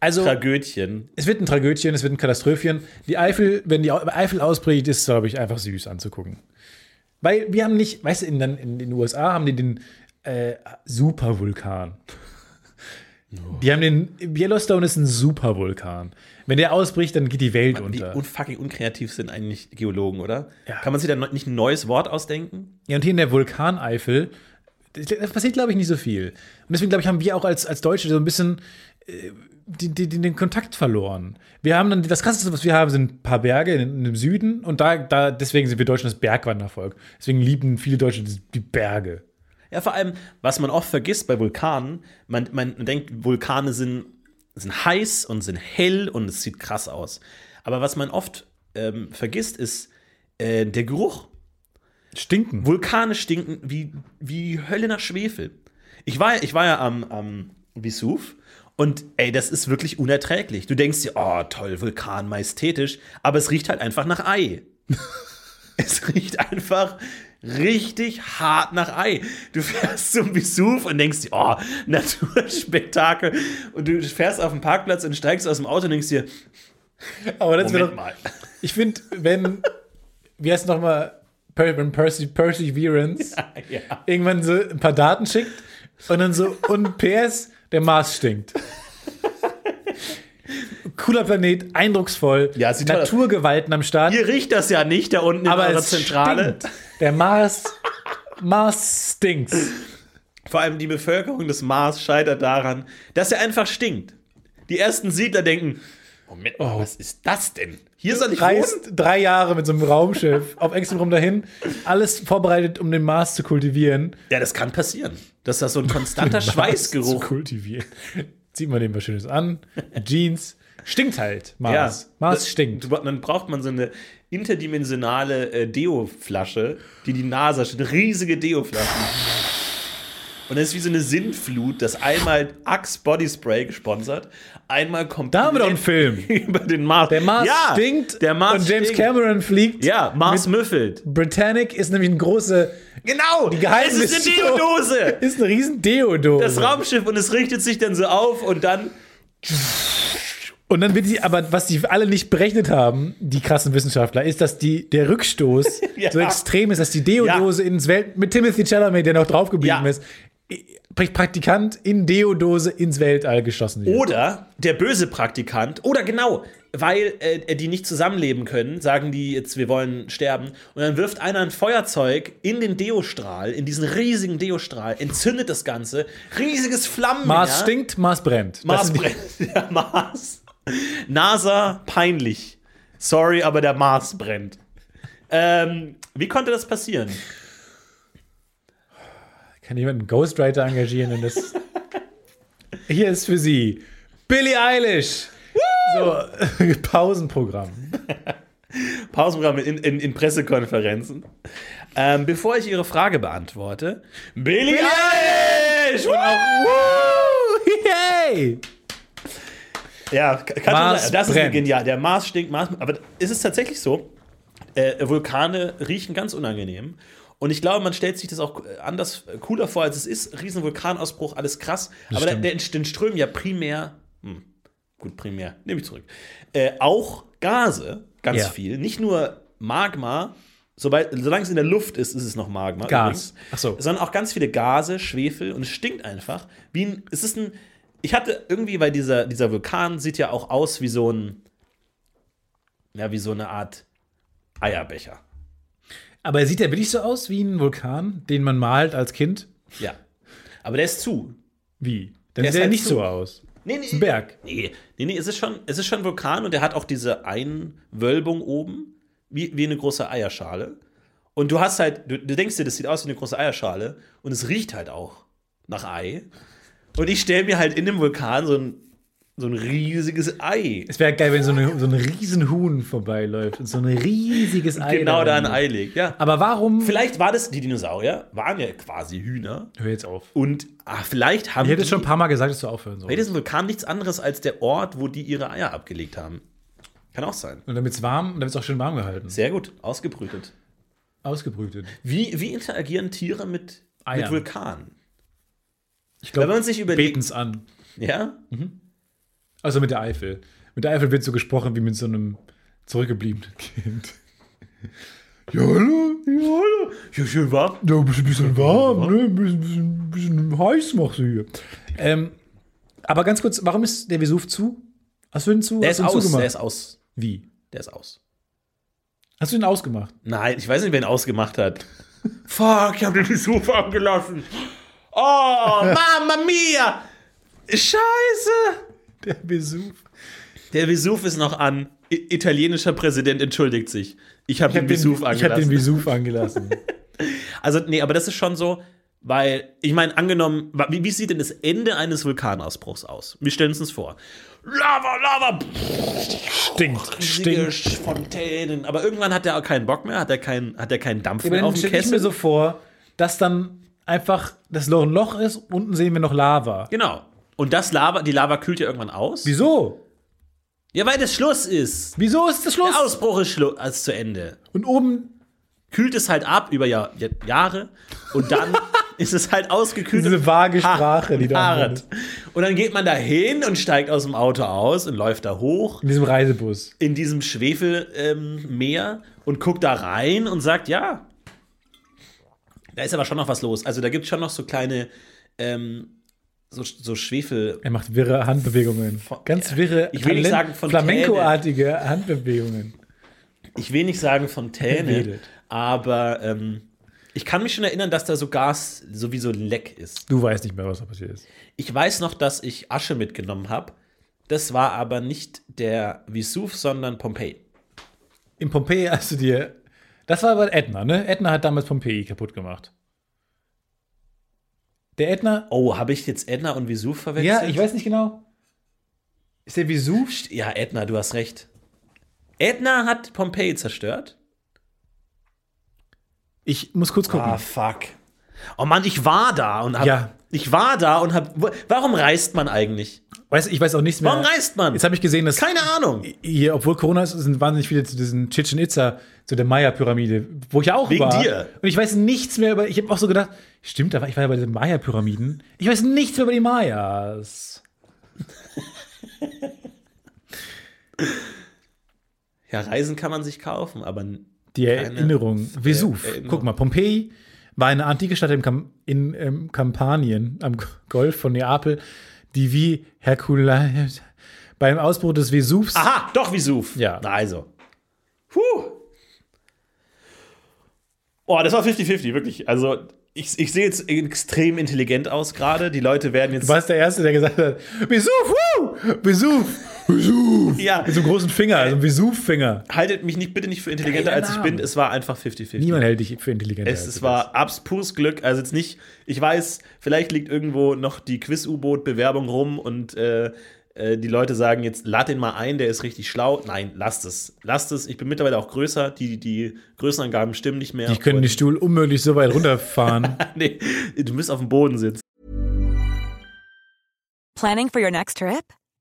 Also,
Tragödchen.
es wird ein Tragödchen, es wird ein Katastrophchen. Die Eifel, wenn die Au- Eifel ausbricht, ist es, glaube ich, einfach süß anzugucken. Weil wir haben nicht, weißt du, in, den- in den USA haben die den äh, Supervulkan. Die haben den, Yellowstone ist ein Supervulkan. Wenn der ausbricht, dann geht die Welt
Wie
unter.
un fucking unkreativ sind eigentlich Geologen, oder?
Ja.
Kann man sich da noch- nicht ein neues Wort ausdenken?
Ja, und hier in der Vulkaneifel, da passiert, glaube ich, nicht so viel. Und deswegen, glaube ich, haben wir auch als, als Deutsche so ein bisschen äh, die, die, die, den Kontakt verloren. Wir haben dann, das Krasseste, was wir haben, sind ein paar Berge in, im Süden und da, da, deswegen sind wir Deutschen das Bergwandervolk. Deswegen lieben viele Deutsche die, die Berge.
Ja, vor allem, was man oft vergisst bei Vulkanen, man, man, man denkt, Vulkane sind, sind heiß und sind hell und es sieht krass aus. Aber was man oft ähm, vergisst, ist äh, der Geruch.
Stinken.
Vulkane stinken wie, wie Hölle nach Schwefel. Ich war, ich war ja am, am Vesuv und ey, das ist wirklich unerträglich. Du denkst dir, oh toll, Vulkan, majestätisch, aber es riecht halt einfach nach Ei. [LAUGHS] es riecht einfach richtig hart nach Ei. Du fährst zum Vesuv und denkst dir, oh, [LAUGHS] Naturspektakel. Und du fährst auf den Parkplatz und steigst aus dem Auto und denkst dir,
Aber das wäre
Moment
doch,
mal.
ich finde, wenn, wie heißt nochmal, per, wenn Perse- Perseverance
[LAUGHS] ja.
irgendwann so ein paar Daten schickt und dann so, und PS, der Mars stinkt. Cooler Planet, eindrucksvoll,
Ja, sieht toll aus.
Naturgewalten am Start,
Hier riecht das ja nicht da unten
aber
in eurer
es
Zentrale.
stinkt. Der Mars, Mars stinkt.
Vor allem die Bevölkerung des Mars scheitert daran, dass er einfach stinkt. Die ersten Siedler denken, Moment, mal,
Oh.
was ist das denn? Hier soll ich wohnen?
Reist drei Jahre mit so einem Raumschiff auf extra rum dahin, alles vorbereitet, um den Mars zu kultivieren.
Ja, das kann passieren. Dass das so ein
[LAUGHS]
konstanter
Zu
Schweißgeruch
kultivieren. Zieht man dem was Schönes an, Jeans, stinkt halt, Mars.
das-
Mars stinkt.
du- Dann braucht man so eine interdimensionale äh, Deo-Flasche, die die NASA steht. Riesige Deo-Flaschen. Und das ist wie so eine Sintflut, dass einmal Axe Body Spray gesponsert, einmal kommt
Da haben wir doch einen Film.
[LAUGHS] über den Mars.
Der Mars
ja,
stinkt
Der Mars
und James
stinkt.
Cameron fliegt.
Ja, Mars müffelt.
Britannic ist nämlich eine große,
Genau! Die
Geheimnis-
Es ist eine Deodose!
ist eine riesen Deodose.
Das Raumschiff und es richtet sich dann so auf und dann.
Und dann wird die, aber was die alle nicht berechnet haben, die krassen Wissenschaftler, ist, dass die, der Rückstoß
[LAUGHS] Ja.
so extrem ist, dass die Deodose ins Welt, mit Timothy Chalamet, der noch draufgeblieben
Ja.
ist, pra- Praktikant in Deodose ins Weltall geschossen wird.
Oder der böse Praktikant, oder genau, weil äh, die nicht zusammenleben können, sagen die jetzt, wir wollen sterben. Und dann wirft einer ein Feuerzeug in den Deostrahl, in diesen riesigen Deostrahl, entzündet das Ganze. Riesiges Flammen.
Mars stinkt, Mars brennt. Das
Mars
sind die- [LAUGHS]
brennt. Der Mars. NASA, peinlich. Sorry, aber der Mars brennt. Ähm, wie konnte das passieren?
Kann jemand einen Ghostwriter engagieren und das. Hier ist für Sie Billie Eilish. So, [LAUGHS] Pausenprogramm.
Pausenprogramme in, in, in Pressekonferenzen. Ähm, bevor ich Ihre Frage beantworte, Billy Eilish! Und auch,
Yay!
Ja, kann schon
Mars
sein. das ist eine
brennt.
genial. Der Mars stinkt, Mars. Aber ist es ist tatsächlich so? Äh, Vulkane riechen ganz unangenehm. Und ich glaube, man stellt sich das auch äh, anders cooler vor, als es ist. Riesen Vulkanausbruch, alles krass. Aber der,
stimmt.
der entstehen strömen ja primär, hm, gut, primär, nehme ich zurück. Äh, auch Gase, ganz
Ja.
viel. Nicht nur Magma. Sobald, solange es in der Luft ist, ist es noch Magma.
Gas.
übrigens.
Ach so.
Sondern auch ganz viele Gase, Schwefel und es stinkt einfach. Wie ein, es ist ein. Ich hatte irgendwie, weil dieser, dieser Vulkan sieht ja auch aus wie so ein. Ja, wie so eine Art Eierbecher.
Aber sieht der wirklich so aus wie ein Vulkan, den man malt als Kind?
Ja. Aber der ist zu.
Wie? Dann
Der
sieht
ist
er
halt
nicht
zu.
so aus.
Nee, nee.
Ein Berg.
Nee, nee, nee, es ist schon, es ist schon ein Vulkan und der hat auch diese Einwölbung oben, wie, wie eine große Eierschale. Und du hast halt, du, du denkst dir, das sieht aus wie eine große Eierschale und es riecht halt auch nach Ei. Und ich stelle mir halt in dem Vulkan so ein, so ein riesiges Ei.
Es wäre geil, wenn so, eine, so ein Riesenhuhn vorbeiläuft und so ein riesiges Ei.
Genau da ein
drin.
Ei liegt, ja.
Aber warum.
Vielleicht war das, die Dinosaurier waren ja quasi Hühner.
Hör jetzt auf.
Und ah, vielleicht haben
Ich hätte
die-
es schon ein paar Mal gesagt, dass du aufhören
Vielleicht
sollst.
ist ein Vulkan nichts anderes als der Ort, wo die ihre Eier abgelegt haben. Kann auch sein.
Und damit es warm, damit es auch schön warm gehalten.
Sehr gut, ausgebrütet.
Ausgebrütet.
Wie, wie interagieren Tiere mit, mit
Eiern.
Vulkanen?
Ich
Wenn
glaube,
man sich überlegt,
beten's an.
ja,
Also mit der Eifel. Mit der Eifel wird so gesprochen wie mit so einem zurückgebliebenen [LAUGHS] Kind. Ja, hallo? Ja, hallo?
ja, schön war.
Ja, ein bisschen, bisschen warm, ne? Ein bisschen, bisschen, bisschen heiß machst du hier. Ähm, aber ganz kurz, warum ist der Vesuv zu? Hast du ihn zu?
Der
hast
ist
du ihn
aus,
zugemacht?
der ist aus,
Wie?
der ist aus.
Hast du ihn ausgemacht?
Nein, ich weiß nicht, wer ihn ausgemacht hat. [LAUGHS] Fuck, ich habe den Besuch angelassen. [LAUGHS] Oh, Mamma mia! Scheiße!
Der Vesuv.
Der Vesuv ist noch an. I italienischer Präsident entschuldigt sich. Ich habe
Ich
den
hab
Vesuv
den, ich hab
angelassen.
den
[LAUGHS]
Vesuv angelassen.
Also, nee, aber das ist schon so, weil, ich meine, angenommen, wa- wie, wie sieht denn das Ende eines Vulkanausbruchs aus? Wir stellen es uns vor. Lava, Lava, pff,
stinkt,
riesige
stinkt.
Sch- Fontänen. Aber irgendwann hat er auch keinen Bock mehr, hat er keinen, hat er keinen Dampf
Aber
mehr
dann
auf dem
stelle ich mir
Kessel.
so vor, dass dann einfach das Loch ein Loch ist, unten sehen wir noch Lava.
genau. Und das Lava, die Lava kühlt ja irgendwann aus.
Wieso?
Ja, weil das Schluss ist.
Wieso ist das Schluss?
Der Ausbruch ist Schlu als zu Ende.
Und oben
Kühlt es halt ab über Jahr, Jahr- Jahre und
[LAUGHS]
dann ist es halt ausgekühlt.
diese vage
Ha-
Sprache, die da
Fahrrad.
anwendet.
Und dann geht man da hin und steigt aus dem Auto aus und läuft da hoch
in diesem Reisebus.
in diesem Schwefelmeer ähm, Meer und guckt da rein und sagt, ja, da ist aber schon noch was los. Also da gibt es schon noch so kleine ähm, so, so Schwefel.
Er macht wirre Handbewegungen. Ganz wirre,
Ich will nicht
Talent-
sagen Fontäne.
flamenco-artige Handbewegungen.
Ich will nicht sagen Fontäne,
Wedelt.
aber ähm, ich kann mich schon erinnern, dass da so Gas sowieso leck ist.
Du weißt nicht mehr, was da passiert ist.
Ich weiß noch, dass ich Asche mitgenommen habe. Das war aber nicht der Vesuv, sondern Pompeji.
In Pompeji hast du dir. Das war aber Edna, ne? Edna hat damals Pompeji kaputt gemacht. Der Edna.
Oh, habe ich jetzt Edna und Vesuv verwechselt?
Ja, ich weiß nicht genau. Ist der Vesuv?
Ja, Edna, du hast recht. Edna hat Pompeji zerstört.
Ich muss kurz gucken.
Ah, fuck. Oh Mann, ich war da und hab.
Ja.
Ich war da und hab. wo- Warum reist man eigentlich?
Weiß, ich weiß auch nichts mehr.
Warum reist man?
Jetzt habe ich gesehen, dass
Keine Ahnung.
hier, obwohl Corona ist, sind wahnsinnig viele zu diesen Chichen Itza, zu der Maya-Pyramide, wo ich ja auch
Wegen
war.
dir.
Und ich weiß nichts mehr über. Ich habe auch so gedacht, stimmt, da war, ich war ja bei den Maya-Pyramiden. Ich weiß nichts mehr über die Mayas.
Ja, Reisen kann man sich kaufen, aber. n-
Die Erinnerung. Vesuv.
Erinnerung.
Guck mal, Pompeji war eine antike Stadt im Kam in ähm, Kampanien, am G- Golf von Neapel, die wie Herkules beim Ausbruch des Vesuvs.
Aha, doch Vesuv.
Ja.
Na also. Puh. Oh, das war 50-50, wirklich. Also, ich, ich sehe jetzt extrem intelligent aus gerade. Die Leute werden jetzt.
Du warst der Erste, der gesagt hat: Vesuv, wuh! Vesuv, Vesuv.
Ja.
Mit so einem großen Finger, so einem Vesuv-Finger.
Haltet mich nicht, bitte nicht für intelligenter,
Geiler
als ich bin.
Name.
Es war einfach 50-50.
Niemand hält dich für intelligent.
Es, es war abs pures Glück. Also jetzt nicht, ich weiß, vielleicht liegt irgendwo noch die Quiz-U-Boot-Bewerbung rum und äh, äh, die Leute sagen jetzt, lad den mal ein, der ist richtig schlau. Nein, lasst es. Lasst es. Ich bin mittlerweile auch größer. Die, die Größenangaben stimmen nicht mehr.
Ich könnte den
Und-
Stuhl unmöglich so weit
[LAUGHS]
runterfahren.
nee, du müsst auf dem Boden sitzen.
Planning for your next trip?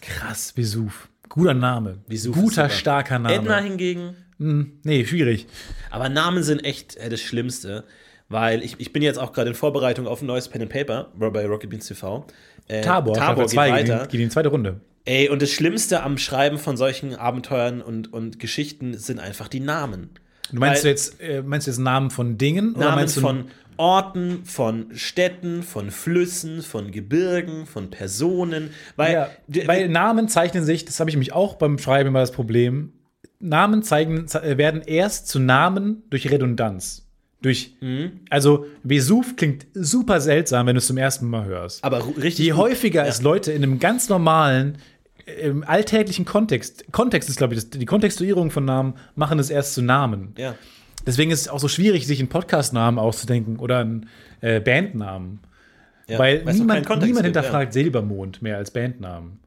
Krass, Vesuv. Guter Name.
Vesuv ist
Guter,
super. Äh,
starker Name.
Edna hingegen.
Nee, schwierig.
Aber Namen sind echt äh, das Schlimmste, weil ich, ich bin jetzt auch gerade in Vorbereitung auf ein neues Pen and Paper bei Rocket Beans TV. Äh,
Tabor,
Tabor
Staffel
geht
zwei, geht
weiter.
in- geht in die zweite Runde.
Ey, und das Schlimmste am Schreiben von solchen Abenteuern und, und Geschichten sind einfach die Namen.
Du meinst
Weil-
du jetzt, äh, meinst du jetzt Namen von Dingen oder
Namen
meinst du
von Orten, von Städten, von Flüssen, von Gebirgen, von Personen. Weil,
Ja,
d-
weil Namen zeichnen sich, das habe ich mich auch beim Schreiben immer das Problem. Namen zeigen, ze- äh, werden erst zu Namen durch Redundanz. Durch,
Mhm.
also Vesuv klingt super seltsam, wenn du es zum ersten Mal hörst.
aber ru- richtig.
Je
gut.
häufiger es Leute in einem ganz normalen, äh, im alltäglichen Kontext, Kontext ist, glaube ich, das, die Kontextuierung von Namen machen es erst zu Namen.
Ja.
Deswegen ist es auch so schwierig, sich einen Podcast-Namen auszudenken oder einen äh, Bandnamen.
Ja,
Weil
weil's noch
niemand,
keinen Kontext
niemand
gibt, ja.
hinterfragt Silbermond mehr als Bandnamen.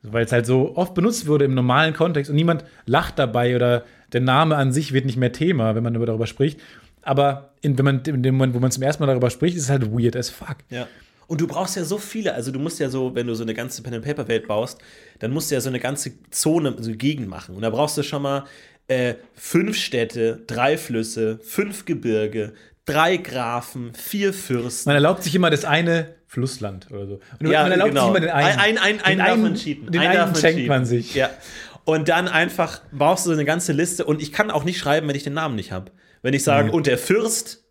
Weil es halt so oft benutzt wurde im normalen Kontext und niemand lacht dabei oder der Name an sich wird nicht mehr Thema, wenn man über- darüber spricht. Aber in, wenn man, in dem Moment, wo man zum ersten Mal darüber spricht, ist es halt weird as fuck.
Ja. Und du brauchst ja so viele, also du musst ja so, wenn du so eine ganze Pen and Paper Welt baust, dann musst du ja so eine ganze Zone, so Gegend machen. Und da brauchst du schon mal äh, fünf Städte, drei Flüsse, fünf Gebirge, drei Grafen, vier Fürsten.
Man erlaubt sich immer das eine Flussland oder so. Und
Ja,
man erlaubt
genau.
sich immer den einen.
Ein, ein, ein,
den
darf
einen-
man cheaten.
Den
Einen
einen,
darf man
schenkt
cheaten.
man sich.
Ja. Und dann einfach brauchst du so eine ganze Liste. Und ich kann auch nicht schreiben, wenn ich den Namen nicht habe. Wenn ich
Mhm.
sage, und der Fürst.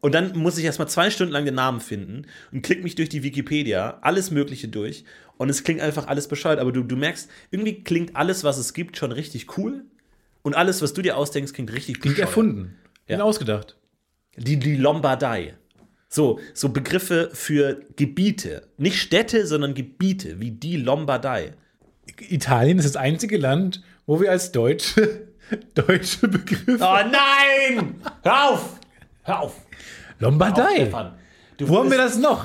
Und dann muss ich erstmal zwei Stunden lang den Namen finden und klick mich durch die Wikipedia, alles Mögliche durch. Und es klingt einfach alles bescheuert. Aber du, du merkst, irgendwie klingt alles, was es gibt, schon richtig cool. Und alles, was du dir ausdenkst, klingt richtig
Klingt
bescheuert.
erfunden. Klingt ausgedacht.
Die, die Lombardei. So, so Begriffe für Gebiete. Nicht Städte, sondern Gebiete, wie die Lombardei.
Italien ist das einzige Land, wo wir als Deutsche [LAUGHS] deutsche Begriffe.
Oh nein! Hör auf! Hör auf! Auf,
Lombardei.
Stefan. Du
Wo haben wir
wurdest-
das noch?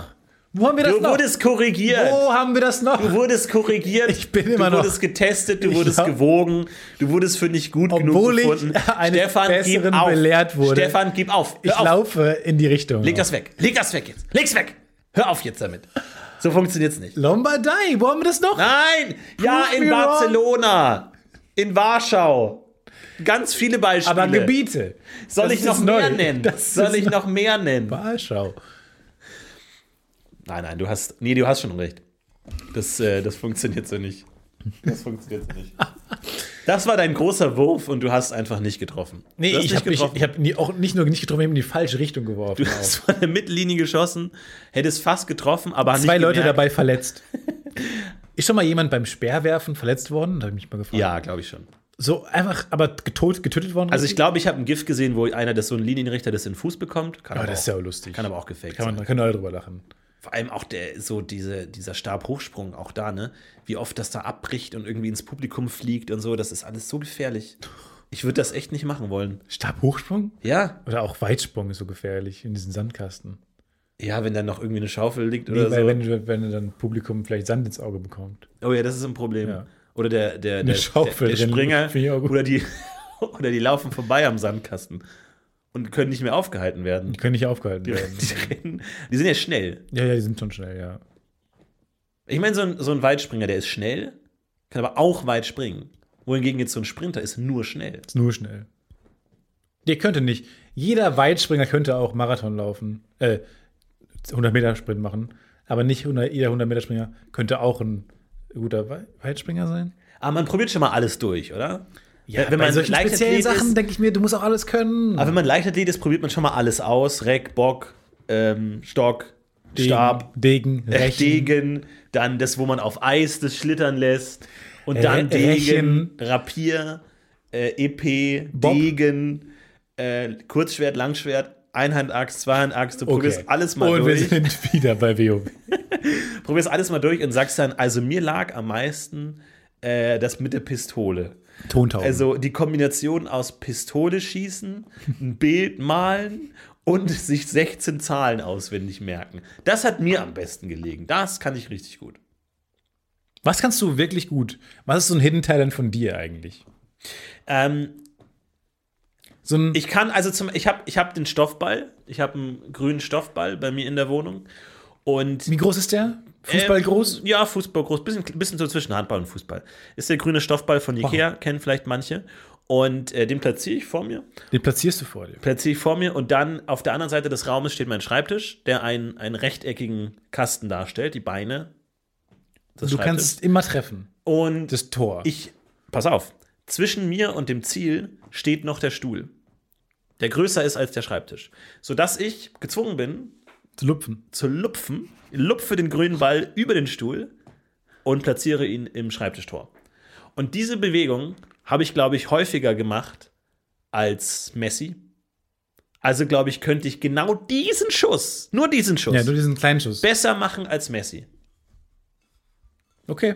Wo haben wir das
Du
noch?
wurdest korrigiert.
Wo haben wir das noch?
Du wurdest korrigiert.
Ich bin immer
du
noch-
wurdest getestet, du wurdest
glaub-
gewogen, du wurdest für nicht gut
Obwohl ich
genug [LAUGHS] gefunden.
eines Besseren belehrt wurde.
Stefan, gib auf. Hör
ich
auf.
laufe in die Richtung.
Leg das weg. Leg das weg jetzt. Leg's weg. Hör auf jetzt damit. So funktioniert's nicht.
Lombardei. Wo haben wir das noch?
Nein! Ja,
Prove
in
me wrong.
Barcelona. In Warschau. Ganz viele Beispiele.
Aber Gebiete.
Soll
Das
ich
ist
noch
neu.
mehr nennen?
Das
Soll
ist
ich noch mehr nennen?
Warschau.
Nein, nein, du hast. Nee, du hast schon recht. Das, äh, das funktioniert so nicht. Das funktioniert so nicht. Das war dein großer Wurf und du hast einfach nicht getroffen.
Nee,
du hast
ich
nicht
habe
getroffen. Genau.
hab nie- auch nicht nur nicht getroffen, ich habe in die falsche Richtung geworfen.
du
auch.
hast von der Mittellinie geschossen, hättest fast getroffen, aber
zwei
nicht
Leute
gemerkt.
dabei verletzt. Ist schon mal jemand beim Speerwerfen verletzt worden? Da habe ich mich mal gefragt.
Ja, glaube ich schon.
So einfach, aber getot, getötet worden?
Also ich glaube, ich habe ein GIF gesehen, wo einer, das so ein Linienrichter, das in den Fuß bekommt. Kann
ja,
aber
das ist
auch-
ja lustig.
Kann aber auch gefaked
Kann man,
sein.
da können alle drüber lachen.
Vor allem auch der, so diese, dieser Stabhochsprung auch da, ne? Wie oft das da abbricht und irgendwie ins Publikum fliegt und so, das ist alles so gefährlich. Ich würde das echt nicht machen wollen.
Stabhochsprung?
Ja.
Oder auch Weitsprung ist so gefährlich in diesen Sandkasten.
Ja, wenn dann noch irgendwie eine Schaufel liegt
Nee,
oder
weil wenn, du- wenn du dann Publikum vielleicht Sand ins Auge bekommt.
so. Oh ja, das ist ein Problem.
Ja.
Oder der, der,
Eine
der,
Schaufel
der, der
drin.
Springer
Finde ich auch gut.
oder die [LAUGHS] oder die laufen vorbei am Sandkasten und können nicht mehr aufgehalten werden.
Die können nicht aufgehalten
Die,
werden.
rennen, die sind ja schnell.
ja, ja, die sind schon schnell, ja.
Ich meine, so ein, so ein Weitspringer, der ist schnell, kann aber auch weit springen. Wohingegen jetzt so ein Sprinter ist nur schnell.
Ist nur schnell. Der könnte nicht. Jeder Weitspringer könnte auch Marathon laufen, äh, 100-Meter-Sprint machen, aber nicht 100, jeder 100-Meter-Springer könnte auch ein guter Wei- Weitspringer sein.
Aber man probiert schon mal alles durch, oder? Ja,
Bei solchen speziellen Sachen
ist,
denke ich mir, du musst auch alles können.
aber wenn man Leichtathlet ist, probiert man schon mal alles aus. Reck, Bock, ähm, Stock,
Degen,
Stab.
Degen,
Äh,
Rechen.
Degen, dann das, wo man auf Eis das schlittern lässt. Und dann
Äh,
Degen, Rapier, äh, EP,
Bob.
Degen, äh, Kurzschwert, Langschwert, Einhandaxt, Zweihandaxt, du probierst alles mal
Und wir
durch.
sind [LAUGHS] wieder bei WoW.
Probier's alles mal durch und sagst dann, also mir lag am meisten äh, das mit der Pistole.
Tontauben.
Also die Kombination aus Pistole schießen, ein Bild malen und sich 16 Zahlen auswendig merken. Das hat mir am besten gelegen. Das kann ich richtig gut.
Was kannst du wirklich gut? Was ist so ein Hidden Talent von dir eigentlich?
Ähm,
So ein,
ich kann also zum, ich habe ich hab den Stoffball, ich habe einen grünen Stoffball bei mir in der Wohnung und
wie groß ist der? Fußball
Ähm,
groß?
Ja, Fußball groß. Bisschen, bisschen so zwischen Handball und Fußball. Ist der grüne Stoffball von Ikea, kennen vielleicht manche. Und äh, den platziere ich vor mir.
Den platzierst du vor dir.
Platziere ich vor mir und dann auf der anderen Seite des Raumes steht mein Schreibtisch, der einen, einen rechteckigen Kasten darstellt, die Beine. des
Du
Schreibtisches.
kannst immer treffen.
Und
Das Tor.
ich, pass auf, zwischen mir und dem Ziel steht noch der Stuhl, der größer ist als der Schreibtisch. Sodass ich gezwungen bin,
zu lupfen.
zu lupfen, lupfe den grünen Ball über den Stuhl und platziere ihn im Schreibtischtor. Und diese Bewegung habe ich, glaube ich, häufiger gemacht als Messi. Also, glaube ich, könnte ich genau diesen Schuss, nur diesen Schuss,
Ja, nur diesen kleinen Schuss.
besser machen als Messi.
Okay.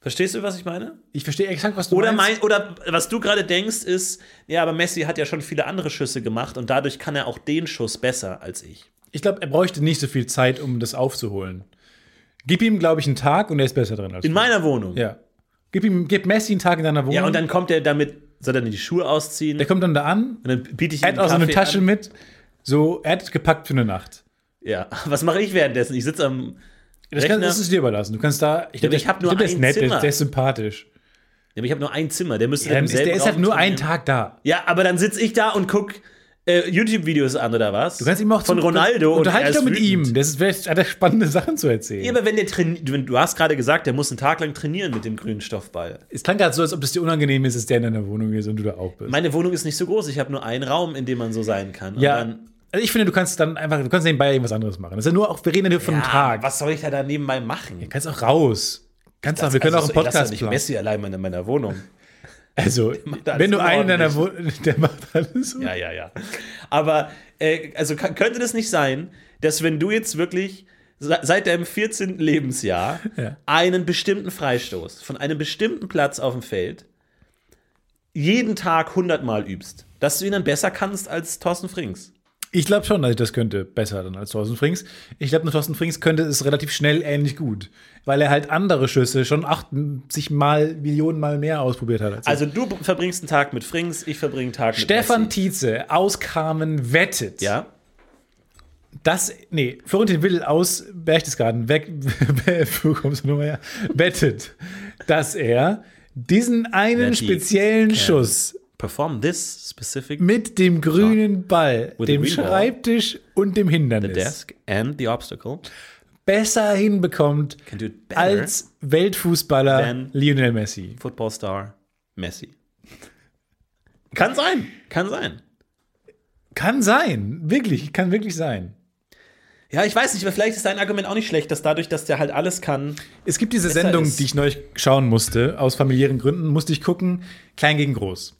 Verstehst du, was ich meine?
Ich verstehe exakt, was du
Oder,
meinst.
mein, oder was du gerade denkst, ist, ja, aber Messi hat ja schon viele andere Schüsse gemacht und dadurch kann er auch den Schuss besser als ich.
Ich glaube, er bräuchte nicht so viel Zeit, um das aufzuholen. Gib ihm, glaube ich, einen Tag und er ist besser drin als
In
du.
meiner Wohnung.
Ja. Gib, ihm, gib Messi einen Tag in deiner Wohnung.
ja und dann kommt er damit, soll er dann die Schuhe ausziehen?
der kommt dann da an.
Und dann biete ich ihm
Er hat auch so eine
Kaffee
Tasche
an.
mit. So, er hat gepackt für eine Nacht.
Ja, [LAUGHS] was mache ich währenddessen? Ich sitze am
Das,
Rechner.
kann, das ist dir überlassen. Du kannst da. Ich
aber
glaube,
ich hab nur
der ist
ein
nett, der
Zimmer.
ist, der ist sympathisch.
Ja, aber ich habe nur ein Zimmer. Der müsste
Der,
dann
ist, der ist halt nur einen Tag da.
Ja, aber dann sitze ich da und guck äh, YouTube-Videos an oder was? Du
kannst ihm auch
von
zum-
Ronaldo und
Unterhalte
er
dich doch
ist
mit
wütend.
ihm. Das ist, vielleicht hat er spannende [LAUGHS] Sachen zu erzählen.
Ja, aber wenn der trainiert, wenn- du hast gerade gesagt, der muss einen Tag lang trainieren mit dem grünen Stoffball.
es klang gerade so, als ob es dir unangenehm ist, dass der in deiner Wohnung ist und du da auch bist.
Meine Wohnung ist nicht so groß. Ich habe nur einen Raum, in dem man so sein kann.
ja,
Und dann,
also ich finde, du kannst dann einfach, du kannst nebenbei irgendwas anderes machen. Das ist ja nur auch, wir reden ja nur von
ja,
einem Tag.
ah, Was soll ich da, da nebenbei machen? Also
Du kannst auch raus. Kannst auch, wir können auch
so,
einen
ich lasse
Podcast
nicht
planen.
Messi allein in meiner Wohnung.
Also,
da alles
wenn du einen in deiner Wohnung, [LAUGHS] der macht alles.
Ja, ja, ja. Aber äh, also ka- könnte das nicht sein, dass wenn du jetzt wirklich se- seit deinem 14. Lebensjahr
Ja.
einen bestimmten Freistoß von einem bestimmten Platz auf dem Feld jeden Tag 100 Mal übst, dass du ihn dann besser kannst als Thorsten Frings?
Ich glaube schon, dass ich das könnte. Besser dann als Thorsten Frings. Ich glaube, nur Thorsten Frings könnte es relativ schnell ähnlich gut. Weil er halt andere Schüsse schon 80 Mal, Millionen Mal mehr ausprobiert hat. Als ich.
Also du b- verbringst einen Tag mit Frings, ich verbringe einen Tag
Stefan
mit Messi.
Tietze aus Carmen wettet.
Ja,
Das, nee, Florentin Will aus Berchtesgaden weg, [LAUGHS] wo kommst du nochmal her? Wettet, dass er diesen einen
That he
speziellen
can.
Schuss
perform this specific
mit dem grünen Ball,
With
dem
the green ball.
Schreibtisch und dem Hindernis
desk and the obstacle
besser hinbekommt
can do it better
als Weltfußballer
than-
Lionel Messi.
Football Star Messi. Kann sein, kann sein.
Kann sein, wirklich, kann wirklich sein.
Ja, ich weiß nicht, aber vielleicht ist dein Argument auch nicht schlecht, dass dadurch, dass der halt alles kann.
Es gibt diese Sendung,
ist-
die ich neulich schauen musste, aus familiären Gründen, musste ich gucken, Klein gegen Groß.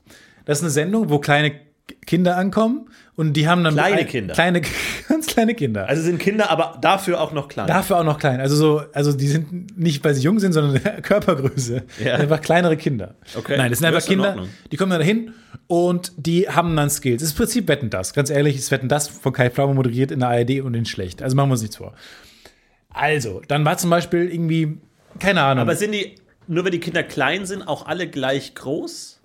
Das ist eine Sendung, wo kleine Kinder ankommen und die haben dann.
Kleine
ein-
Kinder.
Kleine, [LAUGHS] ganz kleine Kinder.
Also sind Kinder aber dafür auch noch klein.
Dafür auch noch klein. Also so, also die sind nicht, weil sie jung sind, sondern [LAUGHS] Körpergröße.
Ja.
Einfach kleinere Kinder.
Okay.
Nein, das sind
Ja,
einfach
ist in
Kinder,
Ordnung.
die kommen dann dahin und die haben dann Skills. Das ist im Prinzip Wetten das. Ganz ehrlich, ist Wetten das von Kai Pflaume moderiert in der ARD und in schlecht. Also machen wir uns nichts vor. Also, dann war zum Beispiel irgendwie, keine Ahnung.
aber sind die, nur wenn die Kinder klein sind, auch alle gleich groß?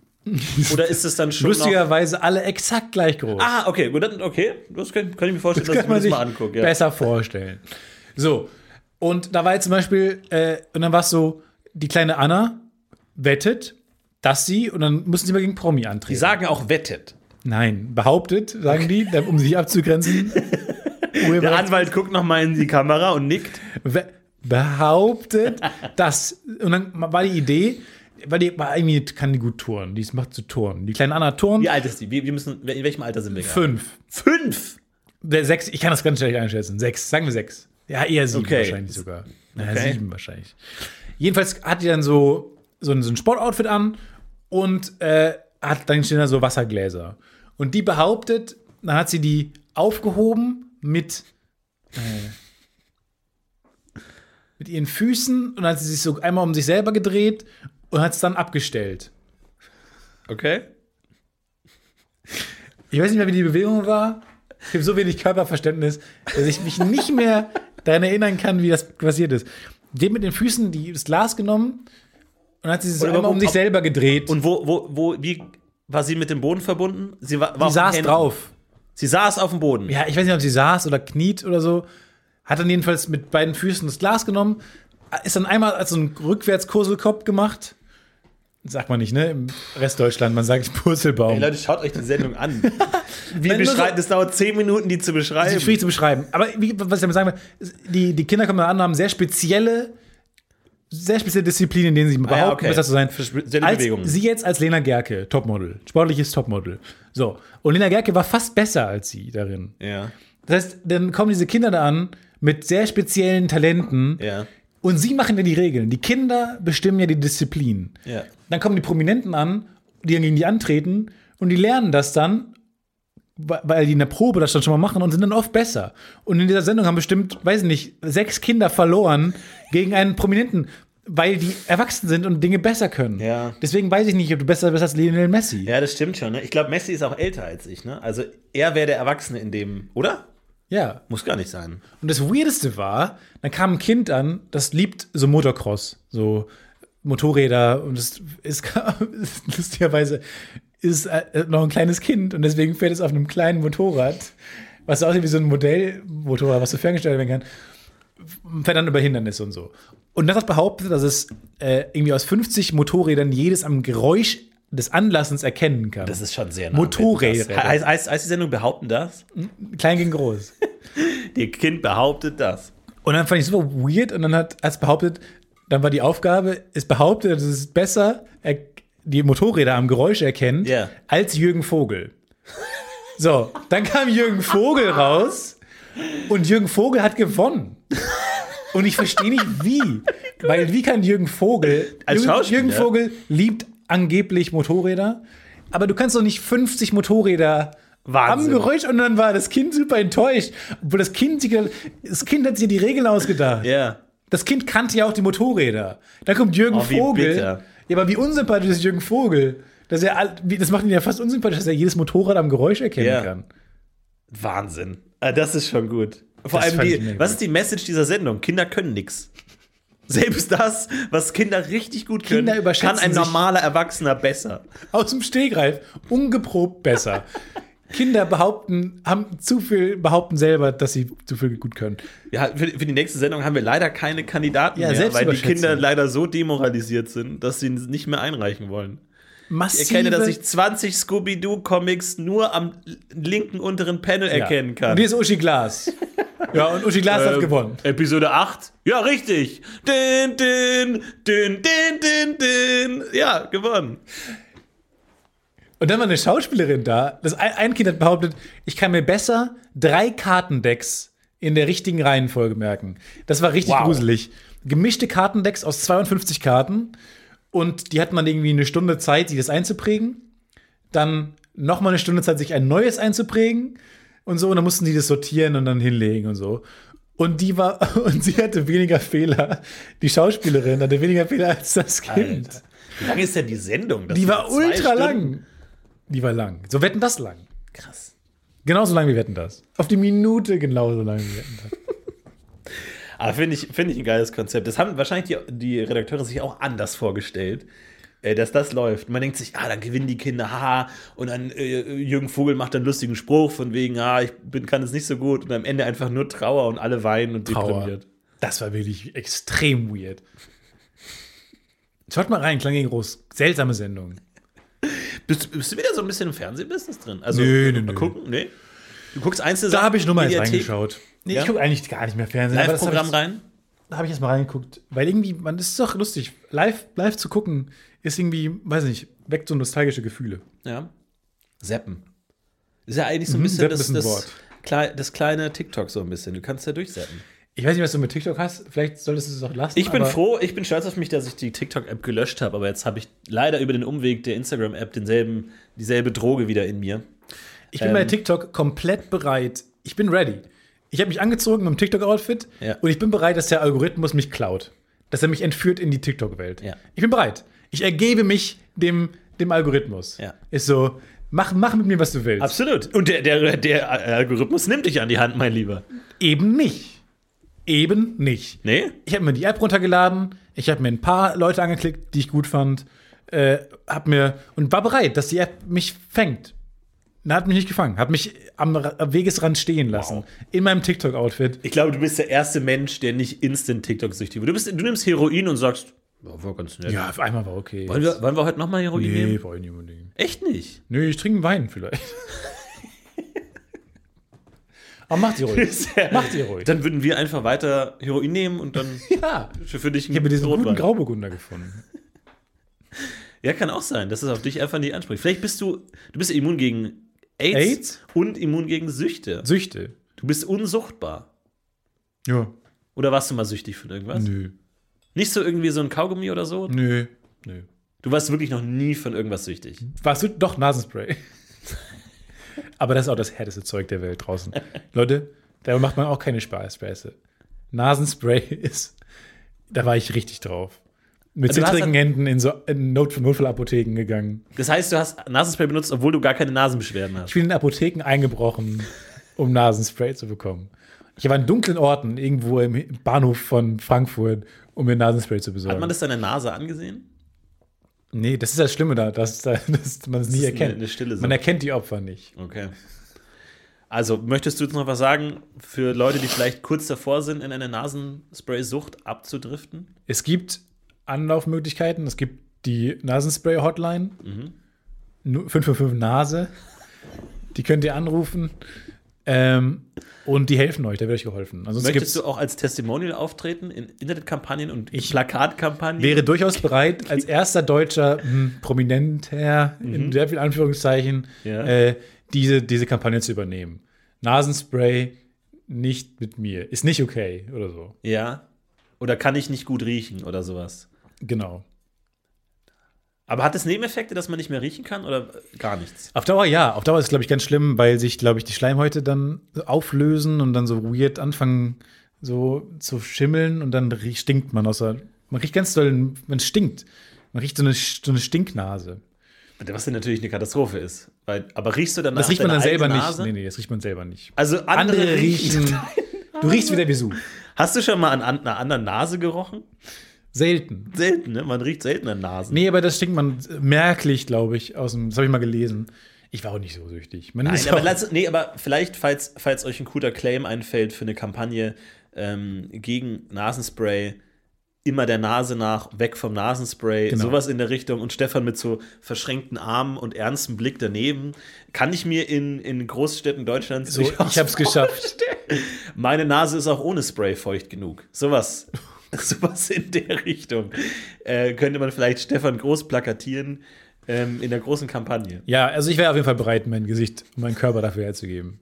Oder ist es dann schon noch.
lustigerweise alle exakt gleich groß.
Ah, okay, gut, dann- okay. Das kann, kann ich mir vorstellen,
das
dass ich
kann
mir
man
das
sich
mal angucke. Ja.
besser vorstellen. So, und da war jetzt zum Beispiel, äh, und dann war es so, die kleine Anna wettet, dass sie, und dann müssen sie mal gegen Promi antreten.
Die sagen auch wettet.
Nein, behauptet, sagen die, um
[LAUGHS]
sich abzugrenzen. Urheber-
Der Anwalt guckt nochmal in die Kamera und nickt.
we- behauptet, dass und dann war die Idee, weil die war irgendwie kann die gut turnen, die ist- macht zu turnen. Die kleine Anna turnt
Wie alt ist die? Wir, wir müssen, in welchem Alter sind wir gerade?
fünf,
Fünf!
Der sechs, ich kann das ganz schlecht einschätzen. Sechs, sagen wir sechs. Ja, eher sieben
Okay.
wahrscheinlich sogar. Ja,
Okay.
sieben wahrscheinlich. Jedenfalls hat die dann so, so, ein, so ein Sportoutfit an und äh, hat dann stehen da so Wassergläser. Und die behauptet, Dann hat sie die aufgehoben mit, äh, mit ihren Füßen und dann hat sie sich so einmal um sich selber gedreht und hat es dann abgestellt.
Okay.
Ich weiß nicht mehr, wie die Bewegung war. Ich habe so wenig Körperverständnis, dass ich mich nicht mehr daran erinnern kann, wie das passiert ist. Die hat mit den Füßen die, das Glas genommen und hat sie sich so
Aber
einmal
wo-
um sich
ob-
selber gedreht.
Und wo, wo, wo, wie war sie mit dem Boden verbunden? Sie war, war
sie
auf den
saß
Händen.
drauf.
Sie saß auf dem Boden.
ja, ich weiß nicht, ob sie saß oder kniet oder so, hat dann jedenfalls mit beiden Füßen das Glas genommen, ist dann einmal als so einen Rückwärtskurselkopf gemacht. Sagt man nicht, ne? Im Rest Deutschland, man sagt Purzelbaum.
Ey, Leute, schaut euch die Sendung an.
[LAUGHS]
Wir
Nein, nur
beschreiben,
so-
das dauert 10 Minuten, die zu
Das
beschreiben.
ist schwierig zu beschreiben. Aber wie, was ich damit sagen will, die, die Kinder kommen da an und haben sehr spezielle, sehr spezielle Disziplinen, in denen sie behaupten,
Ah okay.
besser zu sein.
Spezielle
Als,
Bewegungen.
sie jetzt als Lena Gerke, Topmodel, sportliches Topmodel. So. Und Lena Gerke war fast besser als sie darin.
Ja,
Das heißt, dann kommen diese Kinder da an mit sehr speziellen Talenten
ja,
und sie machen ja die Regeln. Die Kinder bestimmen ja die Disziplin.
ja.
Dann kommen die Prominenten an, die dann gegen die antreten und die lernen das dann, wa- weil die in der Probe das dann schon mal machen und sind dann oft besser. Und in dieser Sendung haben bestimmt, weiß ich nicht, sechs Kinder verloren gegen einen Prominenten, weil die erwachsen sind und Dinge besser können.
Ja.
Deswegen weiß ich nicht, ob du besser bist als Lionel Messi.
Ja, das stimmt schon. Ne? Ich glaube, Messi ist auch älter als ich. Ne? Also er wäre der Erwachsene in dem, oder?
ja.
Muss gar nicht sein.
Und das Weirdeste war, dann kam ein Kind an, das liebt so Motocross, so Motorräder und es ist [LAUGHS] lustigerweise ist äh, noch ein kleines Kind und deswegen fährt es auf einem kleinen Motorrad, was so aussieht wie so ein Modellmotorrad, was so ferngestellt werden kann, und fährt dann über Hindernisse und so. Und das hat behauptet, dass es äh, irgendwie aus 50 Motorrädern jedes am Geräusch des Anlassens erkennen kann.
Das ist schon sehr nah.
Motorräder.
Das- Heißt, heißt, heißt die Sendung behaupten das?
klein gegen groß.
Ihr Kind behauptet das.
Und dann fand ich super weird und dann hat es behauptet, dann war die Aufgabe, es behauptet, es ist besser, er, die Motorräder am Geräusch erkennt,
Ja.
als Jürgen Vogel. So, dann kam Jürgen Vogel raus und Jürgen Vogel hat gewonnen. Und ich verstehe nicht wie, weil wie kann Jürgen Vogel,
Als
Jürgen,
Schauspieler?
Jürgen Vogel liebt angeblich Motorräder, aber du kannst doch nicht 50 Motorräder
Wahnsinn.
am Geräusch und dann war das Kind super enttäuscht, obwohl das Kind, sich- das Kind hat sich die Regeln ausgedacht.
Ja.
Das Kind kannte ja auch die Motorräder. Dann kommt Jürgen
Oh, wie
Vogel.
bitter.
Ja, aber wie unsympathisch ist Jürgen Vogel? Dass er, all- wie- das macht ihn ja fast unsympathisch, dass er jedes Motorrad am Geräusch erkennen
Ja.
kann.
Wahnsinn. Ah, Das ist schon gut. Vor
Das
allem,
fand
die,
ich mega
was
gut.
ist die Message dieser Sendung? Kinder können nichts. Selbst das, was Kinder richtig gut können,
Kinder
kann
überschätzen
ein
sich-
normaler Erwachsener besser.
Aus dem Stegreif,
[LAUGHS]
ungeprobt besser. Kinder behaupten, haben zu viel, behaupten selber, dass sie zu viel gut können.
Ja, für, für die nächste Sendung haben wir leider keine Kandidaten
Ja,
mehr, weil die
Selbstüberschätzung.
Kinder leider so demoralisiert sind, dass sie nicht mehr einreichen wollen. Ich
Massive,
erkenne, dass ich 20 Scooby-Doo-Comics nur am linken unteren Panel erkennen kann.
Und hier ist Uschi
[LAUGHS]
Glas. ja, und Uschi Glas hat
Ähm,
gewonnen.
Episode 8? Ja, richtig. Din, din, din, din, din, din. Ja, gewonnen.
Und dann war eine Schauspielerin da. Das ein, ein Kind hat behauptet, ich kann mir besser drei Kartendecks in der richtigen Reihenfolge merken. Das war richtig
Wow.
gruselig. Gemischte Kartendecks aus 52 Karten. Und die hat man irgendwie eine Stunde Zeit, sich das einzuprägen. Dann noch mal eine Stunde Zeit, sich ein neues einzuprägen. Und so. Und dann mussten die das sortieren und dann hinlegen und so. Und die war, [LAUGHS] und sie hatte weniger Fehler. Die Schauspielerin hatte weniger Fehler als das Kind.
Alter. Wie lang ist denn die Sendung? Das
Die
sind
war
zwei
ultra
Stunden.
lang. Die war lang. So wetten das lang.
Krass.
Genauso lang wie wetten das. Auf die Minute genauso lang wie wetten das.
Aber finde ich, finde ich ein geiles Konzept. Das haben wahrscheinlich die, die Redakteure sich auch anders vorgestellt, äh, dass das läuft. Man denkt sich, ah, dann gewinnen die Kinder, haha. Und dann äh, Jürgen Vogel macht dann einen lustigen Spruch von wegen, ah, ich bin, kann es nicht so gut. Und am Ende einfach nur Trauer und alle weinen und deprimiert.
Das war wirklich extrem weird. Schaut mal rein, Klang gegen Groß. Seltsame Sendung.
Bist, bist du wieder so ein bisschen im Fernsehbusiness drin? Also,
Nö, nö,
mal
nö.
gucken, nee. Du guckst einzelne
Da habe ich nur mal jetzt
Mediathek,
reingeschaut. Nee,
Ja?
ich gucke eigentlich gar nicht mehr Fernsehen. aber das hab
Live-Programm
ich-
rein.
Da habe ich erst mal reingeguckt. Weil irgendwie, man, das ist doch lustig. Live, live zu gucken ist irgendwie, weiß nicht, weckt so nostalgische Gefühle.
Ja. Seppen. Ist ja eigentlich so ein bisschen,
Seppen
das,
Mhm. ist ein
das,
Wort.
klei- das kleine TikTok so ein bisschen. Du kannst ja durchseppen.
Ich weiß nicht, was du mit TikTok hast. Vielleicht solltest du es auch lassen.
Ich bin
aber-
froh, ich bin stolz auf mich, dass ich die TikTok-App gelöscht habe, aber jetzt habe ich leider über den Umweg der Instagram-App denselben, dieselbe Droge wieder in mir.
Ich bin bei TikTok komplett bereit. Ich bin ready. Ich habe mich angezogen mit dem TikTok-Outfit
Ja.
und ich bin bereit, dass der Algorithmus mich klaut. Dass er mich entführt in die TikTok-Welt.
Ja.
Ich bin bereit. Ich ergebe mich dem, dem Algorithmus.
Ja.
Ist so, mach, mach mit mir, was du willst.
Absolut. Und der, der, der Algorithmus nimmt dich an die Hand, mein Lieber.
Eben nicht. Eben nicht.
Nee?
Ich habe mir die App runtergeladen, ich habe mir ein paar Leute angeklickt, die ich gut fand, äh, hab mir und war bereit, dass die App mich fängt. Na, hat mich nicht gefangen, hat mich am, Ra- am Wegesrand stehen lassen. In meinem TikTok-Outfit.
Ich glaube, du bist der erste Mensch, der nicht instant TikTok-süchtig wird. Du, bist, du nimmst Heroin und sagst, "Ja, war ganz nett.
Ja, auf einmal war okay.
Wollen, wir, wollen wir heute nochmal Heroin
nee,
nehmen?
brauche ich nicht unbedingt.
Echt nicht.
Nee, ich trinke Wein vielleicht. [LAUGHS] Aber macht sie ruhig. Macht sie ruhig.
Dann würden wir einfach weiter Heroin nehmen und dann
[LAUGHS] ja.
für für dich
Ich habe diesen guten
Rotwein.
Grauburgunder gefunden.
Ja, kann auch sein, dass es auf dich einfach nicht anspricht. Vielleicht bist du, du bist immun gegen AIDS,
AIDS?
und immun gegen Süchte.
Süchte.
Du bist unsuchtbar.
Ja.
Oder warst du mal süchtig von irgendwas?
Nö.
Nicht so irgendwie so ein Kaugummi oder so?
Nö. Nö.
Du warst wirklich noch nie von irgendwas süchtig.
Warst du doch Nasenspray? [LAUGHS] Aber das ist auch das härteste Zeug der Welt draußen. Leute, da macht man auch keine Spaßspäße. Nasenspray [LAUGHS] ist, da war ich richtig drauf. Mit
Also du hast
zittrigen
dann-
Händen in so in Not Notfallapotheken gegangen.
Das heißt, du hast Nasenspray benutzt, obwohl du gar keine Nasenbeschwerden hast.
Ich bin in Apotheken eingebrochen, um Nasenspray zu bekommen. Ich war in dunklen Orten, irgendwo im Bahnhof von Frankfurt, um mir Nasenspray zu besorgen.
Hat man das deiner Nase angesehen?
nee, das ist das Schlimme da, [LAUGHS] dass, dass man es
ist
nie
eine-
erkennt.
eine stille
man
Sache.
erkennt die Opfer nicht.
Okay. Also, möchtest du jetzt noch was sagen für Leute, die vielleicht kurz davor sind, in eine Nasenspray-Sucht abzudriften?
Es gibt Anlaufmöglichkeiten. Es gibt die Nasenspray-Hotline.
Mhm.
Nu- 555 Nase. Die könnt ihr anrufen. Ähm, und die helfen euch, da wird euch geholfen. Ansonsten
Möchtest
gibt's,
du auch als Testimonial auftreten in Internetkampagnen und
Ich-
Plakatkampagnen?
wäre durchaus bereit, als erster deutscher hm, Prominenter, in sehr vielen Anführungszeichen,
Mhm. Ja.
äh, diese, diese Kampagne zu übernehmen. Nasenspray nicht mit mir. Ist nicht okay oder so.
Ja. Oder kann ich nicht gut riechen oder sowas?
Genau.
Aber hat es Nebeneffekte, dass man nicht mehr riechen kann oder gar nichts?
Auf Dauer ja. Auf Dauer ist es, glaube ich, ganz schlimm, weil sich, glaube ich, die Schleimhäute dann so auflösen und dann so weird anfangen so zu schimmeln und dann rie- stinkt man außer. Man riecht ganz doll, man stinkt. Man riecht so eine, so eine Stinknase.
Was denn natürlich eine Katastrophe ist. Weil, aber riechst du dann
Das riecht man dann selber
Nase?
nicht. Nee, nee, das riecht man selber nicht.
Also andere, riechen.
Du riechst wieder wie Su.
Hast du schon mal an, an einer anderen Nase gerochen?
Selten.
Selten, ne? Man riecht selten an Nasen.
Nee, aber das stinkt man merklich, glaube ich, aus dem. Das habe ich mal gelesen. Ich war auch nicht so süchtig. Man
Nein,
ist
aber,
auch-
lass, nee, aber vielleicht, falls, falls euch ein guter Claim einfällt für eine Kampagne ähm, gegen Nasenspray, immer der Nase nach, weg vom Nasenspray,
Genau.
sowas in der Richtung und Stefan mit so verschränkten Armen und ernstem Blick daneben, kann ich mir in, in Großstädten Deutschlands
so, ich habe es geschafft.
Meine Nase ist auch ohne Spray feucht genug.
[LAUGHS]
Sowas. Sowas in der Richtung. Äh, könnte man vielleicht Stefan Groß plakatieren ähm, in der großen Kampagne.
Ja, also ich wäre auf jeden Fall bereit, mein Gesicht und meinen Körper dafür herzugeben.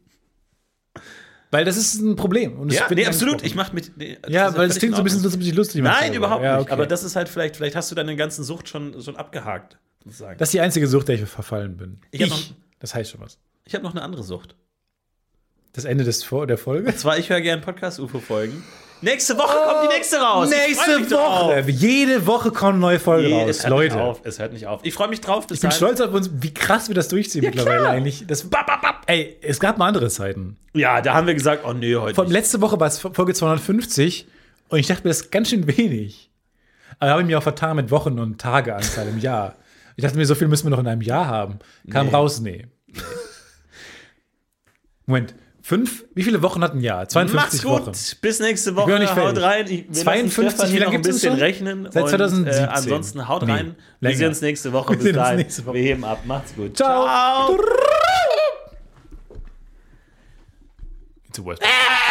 Weil das ist ein Problem. Und es
Ja,
wird
nee,
nicht
absolut.
angesprochen.
Ich mach mit. nee, das
ja,
ist
weil das
völlig
klingt so ein
in
bisschen, so
Ordnung.
ein bisschen lustig. manchmal.
Nein, überhaupt
ja,
nicht.
okay.
Aber das ist halt vielleicht, vielleicht hast du deine ganzen Sucht schon, schon abgehakt. Sozusagen.
das ist die einzige Sucht, der ich verfallen bin.
Ich hab noch-
Das heißt schon was.
ich habe noch eine andere Sucht.
Das Ende des Vor
[LAUGHS]
der Folge.
Zwar, ich höre gerne Podcast-UFO-Folgen. Nächste Woche kommt die nächste raus. Ich freu Oh, mich
Oh, Nächste
drauf.
Woche. Jede Woche kommt eine neue Folge
Nee, es
raus.
hört
Leute,
Nicht auf. Es hört nicht auf. Ich freue mich drauf. Bis
ich bin stolz auf uns, wie krass wir das durchziehen mittlerweile
klar.
eigentlich. Das, Ey, es gab mal andere Zeiten.
Ja, da haben wir gesagt, oh nee, heute.
Vor allem
nicht.
letzte Woche war es Folge 250 und ich dachte mir, das ist ganz schön wenig. Aber da habe ich mich auch vertan mit Wochen- und Tageanzahl im Jahr. Ich dachte mir, so viel müssen wir noch in einem Jahr haben. Kam raus, nee. Moment, fünf, wie viele Wochen hat ein Jahr?
Macht's
52
gut.
Wochen.
Bis nächste Woche.
Wir hören nicht
haut
fertig.
rein. Ich, wir lassen
52,
Stefan
wie
hier noch
lange
ein
gibt's uns
bisschen
schon?
rechnen.
Seit
und,
2017.
äh, ansonsten haut
Nee,
rein.
länger.
Wir sehen uns nächste Woche.
Wir
Bis
sehen uns
dahin.
nächste Woche.
Wir heben ab. Macht's gut.
Ciao. It's a West.